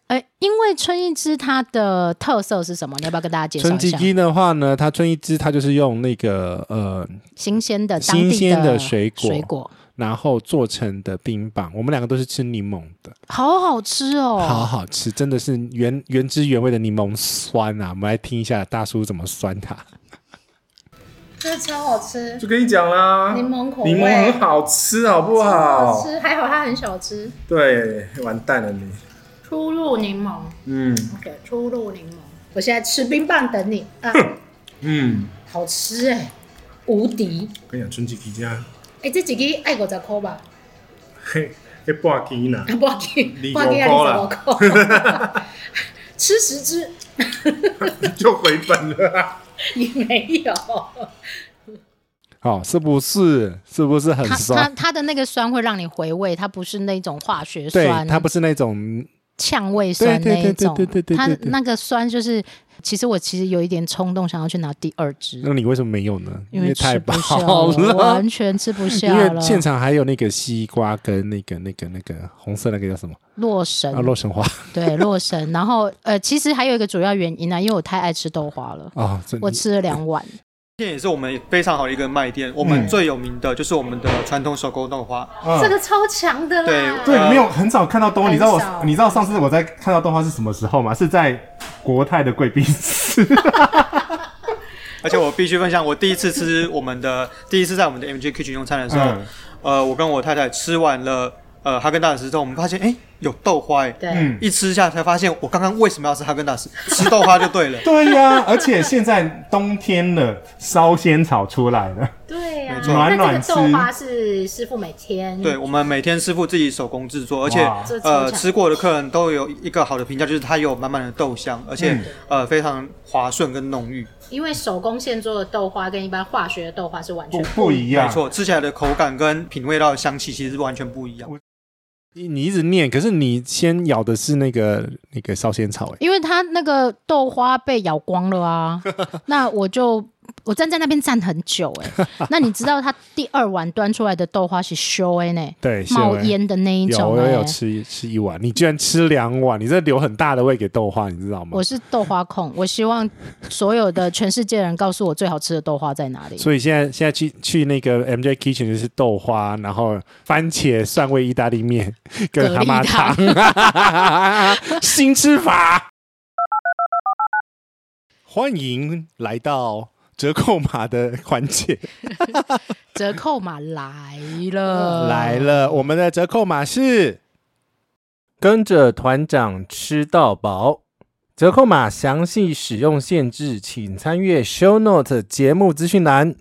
Speaker 1: 哎，因为春一枝它的特色是什么？你要不要跟大家介绍
Speaker 2: 春
Speaker 1: 一
Speaker 2: 季
Speaker 1: 下？
Speaker 2: 鸡的话呢，它春一枝它就是用那个呃，
Speaker 1: 新鲜的、当
Speaker 2: 新
Speaker 1: 地
Speaker 2: 鲜的
Speaker 1: 水
Speaker 2: 水果
Speaker 1: 果，
Speaker 2: 然后做成的冰棒。我们两个都是吃柠檬的，
Speaker 1: 好好吃
Speaker 2: 好
Speaker 1: 哦。
Speaker 2: 好吃，真的是原原汁原味的柠檬酸啊！我们来听一下大叔怎么酸它。
Speaker 1: 真的超好吃，
Speaker 4: 就跟你讲啦，
Speaker 1: 柠檬口味
Speaker 4: 柠檬很好吃，好不好？
Speaker 1: 吃，还好它很小吃，
Speaker 4: 对，完蛋了你，
Speaker 1: 初露柠檬
Speaker 4: 嗯
Speaker 1: ，OK，初露柠檬。我现在吃冰棒等你 啊，
Speaker 4: 嗯，
Speaker 1: 好吃哎，无敌。
Speaker 4: 我跟你讲，春季鸡家，
Speaker 1: 哎、欸，这几个爱五十块 吧，
Speaker 4: 嘿，那半斤呐，
Speaker 1: 不要紧，
Speaker 4: 二十五
Speaker 1: 不要紧，二十五块， 吃十只
Speaker 4: 就回本了啊。
Speaker 1: 也没有。
Speaker 2: 好、哦是不是？是不是很
Speaker 1: 它它
Speaker 2: 酸？
Speaker 1: 它的那个酸会让你回味，它不是那种化学
Speaker 2: 对
Speaker 1: 酸，，
Speaker 2: 它不是那种
Speaker 1: 呛味酸那一种
Speaker 2: 对对对对对对对，
Speaker 1: 它
Speaker 2: 对对
Speaker 1: 那个酸就是，其实我其实有一点冲动想要去拿第二只，
Speaker 2: 那你为什么没有呢？因
Speaker 1: 为
Speaker 2: 太
Speaker 1: 吃
Speaker 2: 饱
Speaker 1: 不下了，
Speaker 2: 了
Speaker 1: 完。全吃不
Speaker 2: 因
Speaker 1: 下
Speaker 2: 为
Speaker 1: 了。
Speaker 2: 现场还有那个西瓜跟那个、那个、那个红色那个叫什么
Speaker 1: 洛神
Speaker 2: 啊？洛神花
Speaker 1: 对洛神，然后呃，其实还有一个主要原因呢、因为我太爱吃豆花了，
Speaker 2: 啊！这
Speaker 1: 我吃了两碗。
Speaker 3: 店也是我们非常好的一个卖店。我们
Speaker 4: 嗯
Speaker 3: 最有名的就是我们的传统手工豆花，
Speaker 1: 这个超强的啦！
Speaker 4: 对，
Speaker 3: 呃
Speaker 4: 没有很少看到动画。
Speaker 1: 很
Speaker 4: 你知道
Speaker 1: 少
Speaker 4: 我，你知道上次我在看到动画是什么时候吗？是在国泰的 贵宾室。
Speaker 3: 而且我必须分享，我第一次吃我们的第一次在我们的 MG Kitchen 用餐的时候，
Speaker 4: 嗯
Speaker 3: 呃，我跟我太太吃完了呃哈根达斯之后，我们发现哎、诶有豆花哎、诶
Speaker 1: 对，
Speaker 4: 嗯，。
Speaker 3: 一吃下才发现我刚刚为什么要吃哈根达斯，吃豆花就对了
Speaker 4: 对呀、而且现在冬天了，烧仙草出来了。
Speaker 1: 对呀、
Speaker 3: 没错
Speaker 1: 那这个
Speaker 4: 暖
Speaker 1: 豆
Speaker 4: 吃
Speaker 1: 花是师傅每天
Speaker 3: 对，我们每天师傅自己手工制作，而且
Speaker 4: 哇
Speaker 1: 这超
Speaker 3: 呃
Speaker 1: 强
Speaker 3: 吃过的客人都有一个好的评价，就是它有满满的豆香，而且、
Speaker 4: 嗯
Speaker 3: 呃非常滑顺跟浓郁。
Speaker 1: 因为手工现做的豆花跟一般化学的豆花是完
Speaker 4: 不
Speaker 1: 全
Speaker 4: 不一样
Speaker 3: 没，错，吃起来的口感跟品味到的香气其实是完全不一样。
Speaker 2: 你你一直念，可是你先咬的是那个那个烧仙草、欸，
Speaker 1: 因为它那个豆花被咬光了 啊，那我就我站在那边站很久 哎、那你知道它第二碗端出来的豆花是修哎呢，
Speaker 2: 对，是
Speaker 1: 冒
Speaker 2: 有欸
Speaker 1: 烟的那一
Speaker 2: 有
Speaker 1: 种
Speaker 2: 我
Speaker 1: 哎、
Speaker 2: 有吃吃一碗，你居然吃两碗，你这留很大的胃给豆花，你知道吗
Speaker 1: 我？是豆花控，我希望所有的全世界人告诉我最好吃的豆花在哪里。
Speaker 2: 所以现在现在去去那个 MJ Kitchen 就是豆花，然后番茄蒜味意大利面 跟
Speaker 1: 蛤蜊
Speaker 2: 蛤蟆
Speaker 1: 汤
Speaker 2: 汤，新吃法。欢迎来到折扣码的环节
Speaker 1: 折扣码来了，
Speaker 2: 来，了。我们的折扣码是跟着团长吃到饱，折扣码详细使用限制，请参阅 show note 节目资讯栏。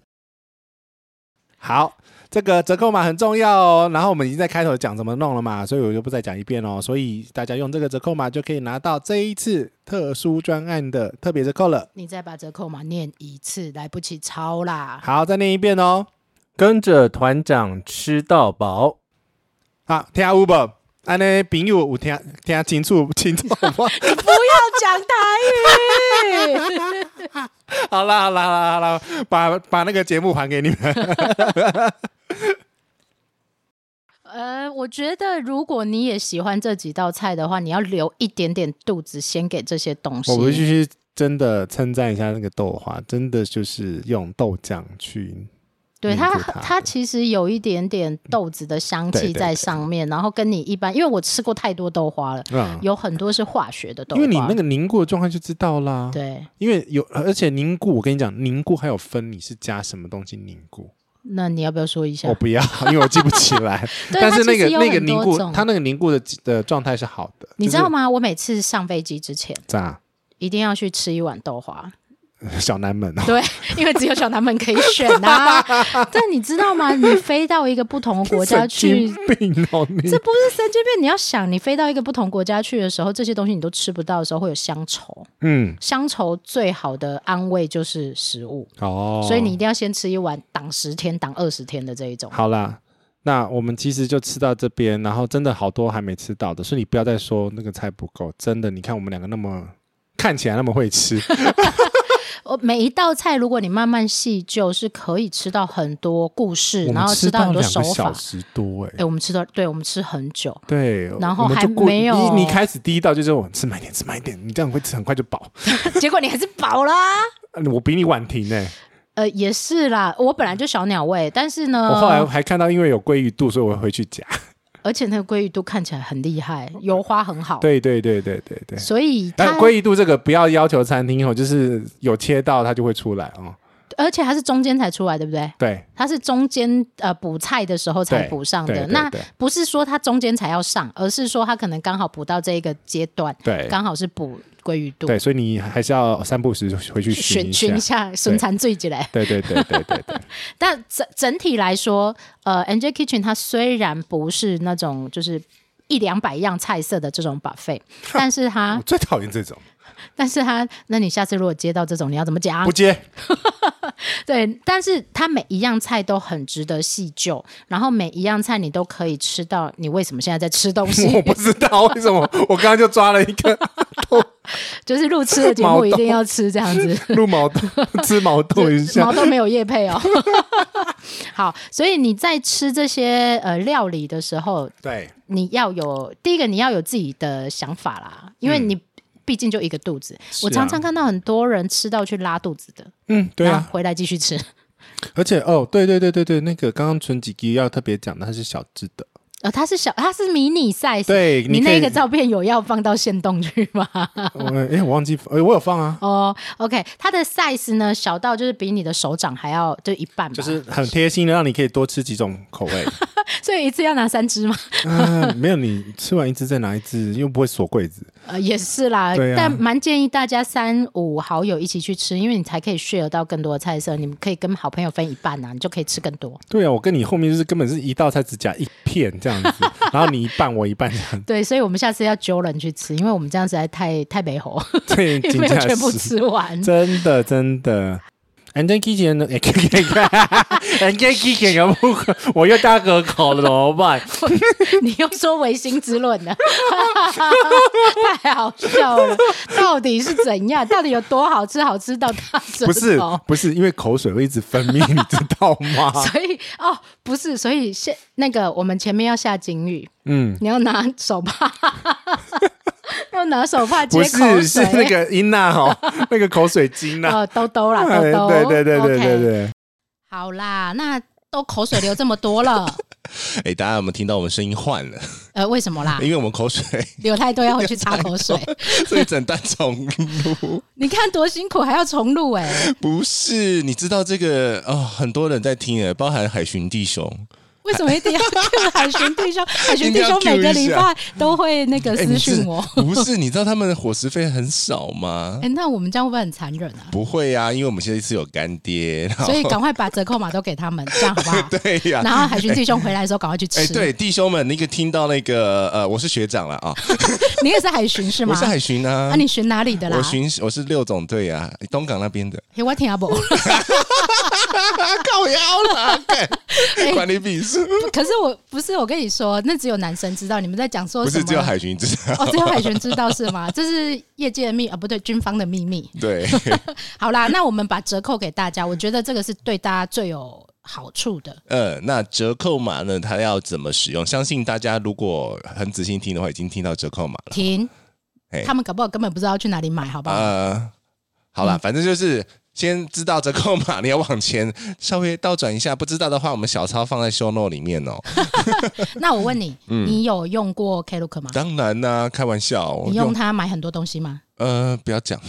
Speaker 2: 好。这个折扣码很重要哦，然后我们已经在开头讲怎么弄了嘛，所以我就不再讲一遍哦。所以大家用这个折扣码就可以拿到这一次特殊专案的特别折扣了。
Speaker 1: 你再把折扣码念一次，来不及抄啦。
Speaker 2: 好，再念一遍哦。跟着团长吃到饱。好，听有无？安尼朋友有听听清楚清楚 无？
Speaker 1: 不要讲台语，
Speaker 2: 好啦好啦好啦好啦，把把那个节目还给你们。
Speaker 1: 呃，我觉得如果你也喜欢这几道菜的话，你要留一点点肚子先给这些东
Speaker 2: 我必
Speaker 1: 西。
Speaker 2: 须真的称赞一下那个豆花，真的就是用豆浆去
Speaker 1: 对
Speaker 2: 弥
Speaker 1: 它，
Speaker 2: 补它
Speaker 1: 它
Speaker 2: 的嗯
Speaker 1: 其实有一点点豆子的香
Speaker 2: 对
Speaker 1: 气
Speaker 2: 对
Speaker 1: 在
Speaker 2: 对
Speaker 1: 上面，然后跟你一般，因为我吃过太多豆花了，
Speaker 2: 让，
Speaker 1: 有很多是化学的豆
Speaker 2: 嗯因
Speaker 1: 花，
Speaker 2: 为你那个凝固的状态就知道啦。，
Speaker 1: 对，
Speaker 2: 因为有而且凝固，我跟你讲，凝固还有分你是加什么东西凝固。
Speaker 1: 那你要不要说一下？
Speaker 2: 哦我不要， 因为我记不起来。
Speaker 1: 对
Speaker 2: 但
Speaker 1: 它
Speaker 2: 是
Speaker 1: 其
Speaker 2: 那
Speaker 1: 实
Speaker 2: 个
Speaker 1: 有
Speaker 2: 那个
Speaker 1: 很
Speaker 2: 凝
Speaker 1: 多
Speaker 2: 固，
Speaker 1: 种
Speaker 2: 它那个凝固的的状态是好的，
Speaker 1: 你
Speaker 2: 就
Speaker 1: 知
Speaker 2: 是
Speaker 1: 道吗？我每次上飞机之前
Speaker 2: 咋？
Speaker 1: 一定要去吃一碗豆花，
Speaker 2: 小南门 哦，
Speaker 1: 对，因为只有小南门可以选 啊。但你知道吗？你飞到一个不同的国家
Speaker 2: 神
Speaker 1: 去
Speaker 2: 经，病哦你
Speaker 1: 这不是神经病。你要想，你飞到一个不同国家去的时候，这些东西你都吃不到的时候，会有乡愁。
Speaker 2: 嗯
Speaker 1: 乡愁最好的安慰就是食物，
Speaker 2: 哦，
Speaker 1: 所以你一定要先吃一碗挡十天、挡二十天的这一种。
Speaker 2: 好啦。那我们其实就吃到这边，然后真的好多还没吃到的，所以你不要再说那个菜不够，真的，你看我们两个那么看起来那么会 吃，
Speaker 1: 我哦每一道菜，如果你慢慢细究，是可以吃到很多故事，
Speaker 2: 我
Speaker 1: 然
Speaker 2: 们
Speaker 1: 后
Speaker 2: 吃
Speaker 1: 吃到很多
Speaker 2: 两
Speaker 1: 手
Speaker 2: 个
Speaker 1: 法
Speaker 2: 小。时多哎、
Speaker 1: 哎、我们吃到，对我们吃很久。
Speaker 2: 对，
Speaker 1: 然后
Speaker 2: 我们就
Speaker 1: 还
Speaker 2: 故意
Speaker 1: 没有
Speaker 2: 你你开始第一道就是我吃慢一点，吃慢一点，你这样会吃很快就饱，
Speaker 1: 结果你还是饱啦。
Speaker 2: 呃我比你晚停哎、
Speaker 1: 呃，也是啦，我本来就小鸟胃，但是呢，
Speaker 2: 我后来还看到，因为有鲑鱼肚，所以我回去夹。
Speaker 1: 而且那个鲑鱼肚看起来很厉害，油花很好，，
Speaker 2: 对对对对对对。
Speaker 1: 所以
Speaker 2: 但
Speaker 1: 它，
Speaker 2: 鲑鱼肚这个不要要求餐厅哦，就是有切到它就会出来哦。
Speaker 1: 而且它是中间才出来，对不对？
Speaker 2: 对，
Speaker 1: 它是中间呃补菜的时候才
Speaker 2: 对
Speaker 1: 补上
Speaker 2: 对
Speaker 1: 的，
Speaker 2: 对
Speaker 1: 那
Speaker 2: 对
Speaker 1: 不是说它中间才要上，而是说它可能刚好补到这一个阶段，
Speaker 2: 对
Speaker 1: 刚好是补鲑鱼肚，
Speaker 2: 对，所以你还是要三不时回去
Speaker 1: 选
Speaker 2: 一
Speaker 1: 选一
Speaker 2: 下。
Speaker 1: 下生产最起来。
Speaker 2: 对对对对对 对，
Speaker 1: 但整整体来说，呃，NJ Kitchen 它虽然不是那种就是一两百样菜色的这种 buffet，但 是它
Speaker 2: 我最讨厌这种
Speaker 1: 但是它，那你下次如果接到这种，你要怎么讲
Speaker 2: 不？接。
Speaker 1: 对，但是它每一样菜都很值得细究，然后每一样菜你都可以吃到你为什么现在在吃东西，
Speaker 2: 我不知道为什么，我刚刚就抓了一 个
Speaker 1: 就是录吃的节
Speaker 2: 毛
Speaker 1: 目
Speaker 2: 豆
Speaker 1: 一定要吃这样 子。
Speaker 2: 入毛豆，吃毛豆一下
Speaker 1: 毛。豆没有叶配 哦，好，所以你在吃这些呃料理的时候，
Speaker 2: 对
Speaker 1: 你要有第一个，你要有自己的想法啦，因为你毕竟就一个肚子。
Speaker 2: 嗯是啊
Speaker 1: 我常常看到很多人吃到去拉肚子的，
Speaker 2: 嗯，对
Speaker 1: 然
Speaker 2: 啊
Speaker 1: 后，回来继续吃。
Speaker 2: 而且哦，对对对对对，那个刚刚纯几吉要特别讲的，它是小只的，
Speaker 1: 呃，它是小，它是迷你 size。
Speaker 2: 对
Speaker 1: 你
Speaker 2: 你可以
Speaker 1: 那个照片有要放到线动去吗？
Speaker 2: 我哎，我忘记，哎，我有放啊，
Speaker 1: 啊哦、o k 它的 size 呢，小到就是比你的手掌还要就一半吧，
Speaker 2: 就是很贴心的，让你可以多吃几种口味。
Speaker 1: 所以一次要拿三 只吗？
Speaker 2: 啊，没有，你吃完一只再拿一只，又不会锁柜子。
Speaker 1: 呃，也是啦，
Speaker 2: 对啊
Speaker 1: 但蛮建议大家三五好友一起去吃，因为你才可以 share 到更多的菜色，你们可以跟好朋友分一半啊，你就可以吃更 多。
Speaker 2: 对啊，我跟你后面就是根本是一道菜只夹一片这 样子，然后你一半我一半这样，
Speaker 1: 对，所以我们下次要揪人去吃，因为我们这样实在太太没 喉，
Speaker 2: 对，
Speaker 1: 因为
Speaker 2: 惊
Speaker 1: 没有
Speaker 2: 吓
Speaker 1: 全部
Speaker 2: 死，
Speaker 1: 吃完。
Speaker 2: 真的真的。人家 kitchen 呢？哎，人家 kitchen 有不？我又大个口了，怎么办？
Speaker 1: 你又说唯心之论了， 太好笑了！到底是怎样？到底有多好吃？好吃到大舌头？
Speaker 2: 不是不是，因为口水会一直分泌，你知道 吗？
Speaker 1: 所以哦，不是，所以现那个我们前面要下警语，
Speaker 2: 嗯，
Speaker 1: 你要拿手 帕，要拿手帕接
Speaker 2: 不
Speaker 1: 口
Speaker 2: 是，是
Speaker 1: 水，
Speaker 2: 那个英娜 哦，那个口水巾呐、
Speaker 1: 哦兜兜啦，兜
Speaker 2: 哎
Speaker 1: 兜，
Speaker 2: 对对对对对
Speaker 1: OK
Speaker 2: 对，
Speaker 1: 好啦，那都口水流这么多了，
Speaker 2: 哎，大家有没有听到我们声音换了？
Speaker 1: 呃，为什么 啦？
Speaker 2: 因为我们口水，
Speaker 1: 流太多要回去擦口 水，
Speaker 2: 所以整段重录。
Speaker 1: 你看多辛苦，还要重录哎、
Speaker 2: 不是，你知道这个哦，很多人在听哎，包含海巡弟兄。
Speaker 1: 为什么一定要 Q 海巡弟 兄？海巡
Speaker 2: 一
Speaker 1: 弟
Speaker 2: 定要
Speaker 1: 兄
Speaker 2: cue
Speaker 1: 每个
Speaker 2: 一
Speaker 1: 礼
Speaker 2: 下
Speaker 1: 拜都会那个
Speaker 2: 哎
Speaker 1: 私
Speaker 2: 你知
Speaker 1: 讯我。
Speaker 2: 不是，你知道他们的伙食费很少吗
Speaker 1: 哎、？那我们这样会不会很残忍啊？
Speaker 2: 不会呀、啊，因为我们这一次有干爹，然后
Speaker 1: 所以赶快把折扣码都给他们，这样好不好？
Speaker 2: 对呀、
Speaker 1: 然后海巡弟兄回来的时候，赶快去吃。
Speaker 2: 哎，对，弟兄们，那个听到那个呃，我是学长了啊，
Speaker 1: 你也是海巡是吗？
Speaker 2: 我是海巡啊，
Speaker 1: 啊，你巡哪里的啦？
Speaker 2: 我巡我是六总队啊，东港那 边的，啊
Speaker 1: 嘿我听啊阿伯。
Speaker 2: 靠腰 啦，干
Speaker 1: 哎
Speaker 2: 管理比数，
Speaker 1: 可是我不是，我跟你说，那只有男生知道你们在讲说
Speaker 2: 不
Speaker 1: 什
Speaker 2: 是
Speaker 1: 么。
Speaker 2: 只有海巡知
Speaker 1: 哦，
Speaker 2: 道，
Speaker 1: 只有海巡知道是吗？ 这是业界的秘啊，不对，军方的秘密。
Speaker 2: 对，
Speaker 1: 好啦，那我们把折扣给大家，我觉得这个是对大家最有好处的。
Speaker 2: 呃，那折扣码呢，它要怎么使用？相信大家如果很仔细听的话，已经听到折扣码了，
Speaker 1: 停
Speaker 2: 嘿，
Speaker 1: 他们搞不好根本不知道去哪里买，好不好？
Speaker 2: 呃，好
Speaker 1: 嗯
Speaker 2: 啦，反正就是。先知道折扣码，你要往前稍微倒转一下。不知道的话，我们小抄放在 show note 里面 哦。
Speaker 1: 那我问你，你有用过 Klook 吗？
Speaker 2: 嗯当然啦、开玩笑，我
Speaker 1: 你用它买很多东西吗？
Speaker 2: 呃，不要讲，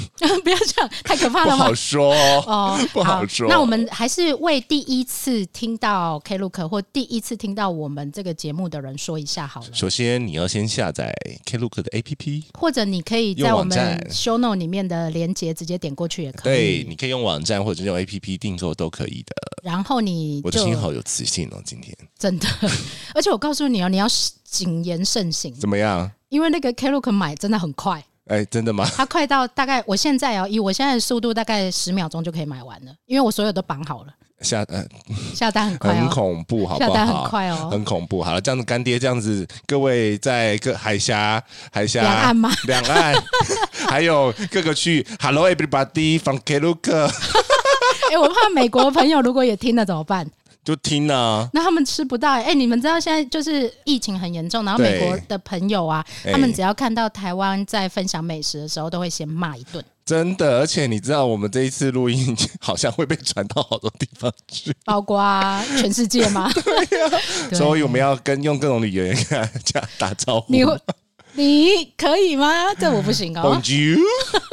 Speaker 1: 不要这样，太可怕
Speaker 2: 不
Speaker 1: 了吗
Speaker 2: 好？说哦
Speaker 1: 哦，
Speaker 2: 不好说。
Speaker 1: 那我们还是为第一次听到 Klook 或第一次听到我们这个节目的人说一下好了。
Speaker 2: 首先你要先下载 Klook 的 APP，
Speaker 1: 或者你可以在
Speaker 2: 用
Speaker 1: 我
Speaker 2: 网
Speaker 1: 们
Speaker 2: 站
Speaker 1: show note 里面的连接直接点过去也可
Speaker 2: 对，
Speaker 1: 以。
Speaker 2: 你可以用网站或者用 APP 订购都可以的。
Speaker 1: 然后你
Speaker 2: 我的心
Speaker 1: 就
Speaker 2: 好有磁性哦，今天
Speaker 1: 真的， 而且我告诉你哦，你要谨言慎行，
Speaker 2: 怎么样？
Speaker 1: 因为那个 Klook 买真的很快，
Speaker 2: 哎，真的吗？
Speaker 1: 它快到大概我现在哦，以我现在的速度，大概十秒钟就可以买完了，因为我所有都绑好了，
Speaker 2: 下呃
Speaker 1: 下单很快
Speaker 2: 很
Speaker 1: 哦，
Speaker 2: 恐怖，好不
Speaker 1: 下单
Speaker 2: 好？
Speaker 1: 很快哦
Speaker 2: 很恐怖。好了，这样子干爹这样子，各位在各海峡、海峡
Speaker 1: 两岸吗？
Speaker 2: 两岸 还有各个区域，Hello everybody from Klook，
Speaker 1: 哎、我怕美国的朋友如果也听了怎么办？
Speaker 2: 就听啊。
Speaker 1: 那他们吃不到哎、欸你们知道现在就是疫情很严重，然后
Speaker 2: 对
Speaker 1: 美国的朋友啊，
Speaker 2: 哎
Speaker 1: 他们只要看到台湾在分享美食的时候，都会先骂一 顿。
Speaker 2: 真的，而且你知道我们这一次录音好像会被传到好多地方去，
Speaker 1: 包括全世界 吗？对
Speaker 2: 所以我们要跟用各种语言跟大家打招呼。
Speaker 1: 你会你可以吗？这我不行
Speaker 2: b o
Speaker 1: 哦
Speaker 2: n。j o u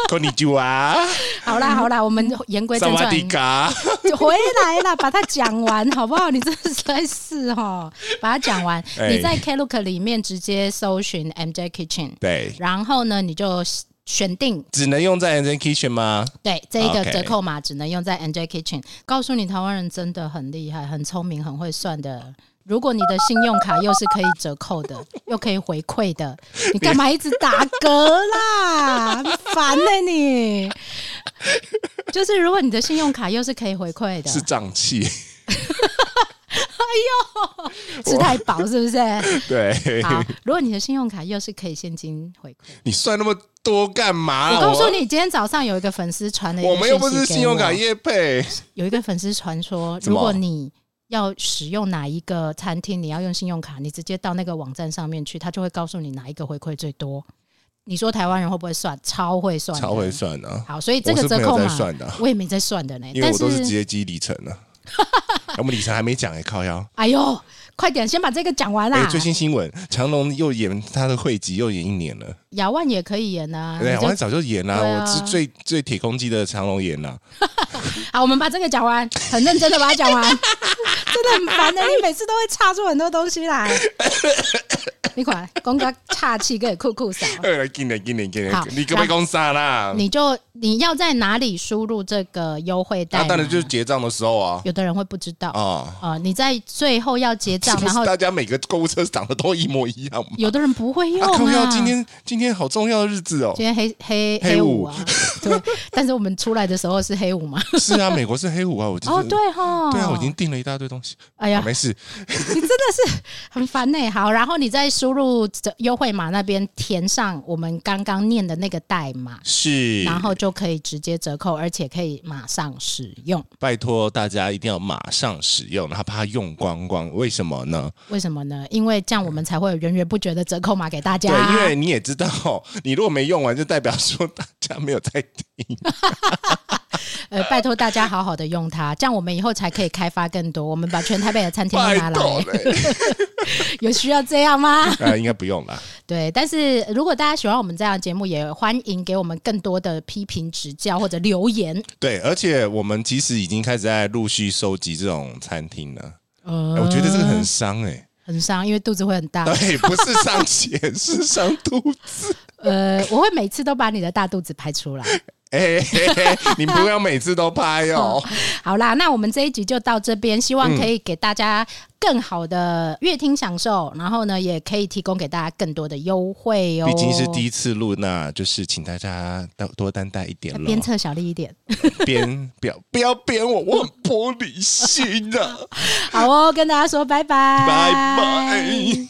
Speaker 2: k o n i c h i
Speaker 1: 好啦好啦，我们言归
Speaker 2: w 萨
Speaker 1: 正
Speaker 2: 瓦
Speaker 1: 传
Speaker 2: 迪，卡，
Speaker 1: 回来啦，把它讲完好不好？你真的实在是哈，把它讲完。
Speaker 2: 哎
Speaker 1: 你在 Klook 里面直接搜寻 MJ Kitchen，
Speaker 2: 对，
Speaker 1: 然后呢，你就选定
Speaker 2: 只能用在 NZ Kitchen 吗？
Speaker 1: 对，这一个
Speaker 2: OK
Speaker 1: 折扣码只能用在 NJ Kitchen。告诉你，台湾人真的很厉害，很聪明，很会算的。如果你的信用卡又是可以折扣 的，又可以回馈的，你干嘛一直打嗝啦？很烦呢、你。就是如果你的信用卡又是可以回馈的，
Speaker 2: 是胀气，
Speaker 1: 吃太饱是不 是？
Speaker 2: 对，
Speaker 1: 好，如果你的信用卡又是可以现金回馈，
Speaker 2: 你算那么多干嘛啦？
Speaker 1: 我告诉你，今天早上有一个粉丝传了一个
Speaker 2: 啊我，我们又不
Speaker 1: 讯息
Speaker 2: 是
Speaker 1: 给
Speaker 2: 信用卡
Speaker 1: 我
Speaker 2: 业配，
Speaker 1: 有一个粉丝传说，
Speaker 2: 怎
Speaker 1: 如
Speaker 2: 么
Speaker 1: 果你要使用哪一个餐厅，你要用信用卡，你直接到那个网站上面去，他就会告诉你哪一个回馈最多。你说台湾人会不会算？超会算，
Speaker 2: 超会。算啊，
Speaker 1: 好，所以这个
Speaker 2: 我是
Speaker 1: 折
Speaker 2: 没
Speaker 1: 扣
Speaker 2: 有在
Speaker 1: 嘛，
Speaker 2: 算的啊
Speaker 1: 我也没在算的呢。
Speaker 2: 因为
Speaker 1: 哎但
Speaker 2: 我都是直接积里程 啊。我们里程还没讲哎，靠腰。
Speaker 1: 哎呦，快点，先把这个讲完
Speaker 2: 哎、
Speaker 1: 啦。
Speaker 2: 最新新闻，长隆又演他的汇集，又演一年了。
Speaker 1: 雅万也可以演啊。
Speaker 2: 对，
Speaker 1: 你就
Speaker 2: 我很早就演啦、
Speaker 1: 对啊
Speaker 2: 我是最最铁公鸡的长隆演啦、
Speaker 1: 好，我们把这个讲完，很认真的把它讲完， 真的很烦的、你每次都会插出很多东西来。你快，公哥岔气跟酷酷少。
Speaker 2: 哎，来进来进来进来
Speaker 1: 好，
Speaker 2: 你可不可以讲啥啦？
Speaker 1: 你就你要在哪里输入这个优惠代
Speaker 2: 那、
Speaker 1: 码？
Speaker 2: 啊当然就是结账的时候啊
Speaker 1: 有的人会不知道
Speaker 2: 啊
Speaker 1: 啊、。呃你在最后要结
Speaker 2: 是
Speaker 1: 账，
Speaker 2: 不
Speaker 1: 然后
Speaker 2: 是大家每个购物车长得都一模一样嘛？
Speaker 1: 有的人不会用
Speaker 2: 啊，靠
Speaker 1: 啊。
Speaker 2: 要今天今天好重要的日子哦
Speaker 1: 今！天黑黑
Speaker 2: 黑
Speaker 1: 黑
Speaker 2: 五
Speaker 1: 五啊，对。但是我们出来的时候是黑五 嘛？
Speaker 2: 是啊，美国是黑五啊，我就是、
Speaker 1: 哦，对哈，
Speaker 2: 对啊，我已经订了一大堆东西。
Speaker 1: 哎呀
Speaker 2: 啊没事，
Speaker 1: 你真的是很烦呢、好，然后你再输入这优惠码那边填上我们刚刚念的那个代码。
Speaker 2: 是
Speaker 1: 然后就可以直接折扣，而且可以马上使用。
Speaker 2: 拜托大家一定要马上使用，哪怕用光光。为什么呢？
Speaker 1: 为什么呢？因为这样我们才会有源源不绝的折扣码给大家。
Speaker 2: 嗯对，因 为你也知道，你如果没用完，就代表说大家没有在听。
Speaker 1: 呃，拜托大家好好的用它，这样我们以后才可以开发更多。我们把全台北的餐厅都拿来
Speaker 2: 拜托，嘞，
Speaker 1: 有需要这样吗？
Speaker 2: 呃，应该不用啦。
Speaker 1: 对，但是如果大家喜欢我们这样的节目，也欢迎给我们更多的批评指教或者留言。
Speaker 2: 对，而且我们其实已经开始在陆续收集这种餐厅了。
Speaker 1: 呃啊
Speaker 2: 哎我觉得这个很伤哎、
Speaker 1: 很伤，因为肚子会很 大。
Speaker 2: 对，不是伤钱， 是伤肚子。
Speaker 1: 呃，我会每次都把你的大肚子拍 出来。
Speaker 2: 哎、 嘿嘿你不要每次都拍 哦。
Speaker 1: 好啦，那我们这一集就到这边，希望可以给大家更好的乐听享受，然后呢，也可以提供给大家更多的优惠哦。
Speaker 2: 毕竟是第一次录，那就是请大家多多担待一点
Speaker 1: 要
Speaker 2: 喽。
Speaker 1: 鞭策小力一点。
Speaker 2: 编不要不要编我，我很玻璃心啊！
Speaker 1: 好哦，跟大家说拜拜，
Speaker 2: 拜拜。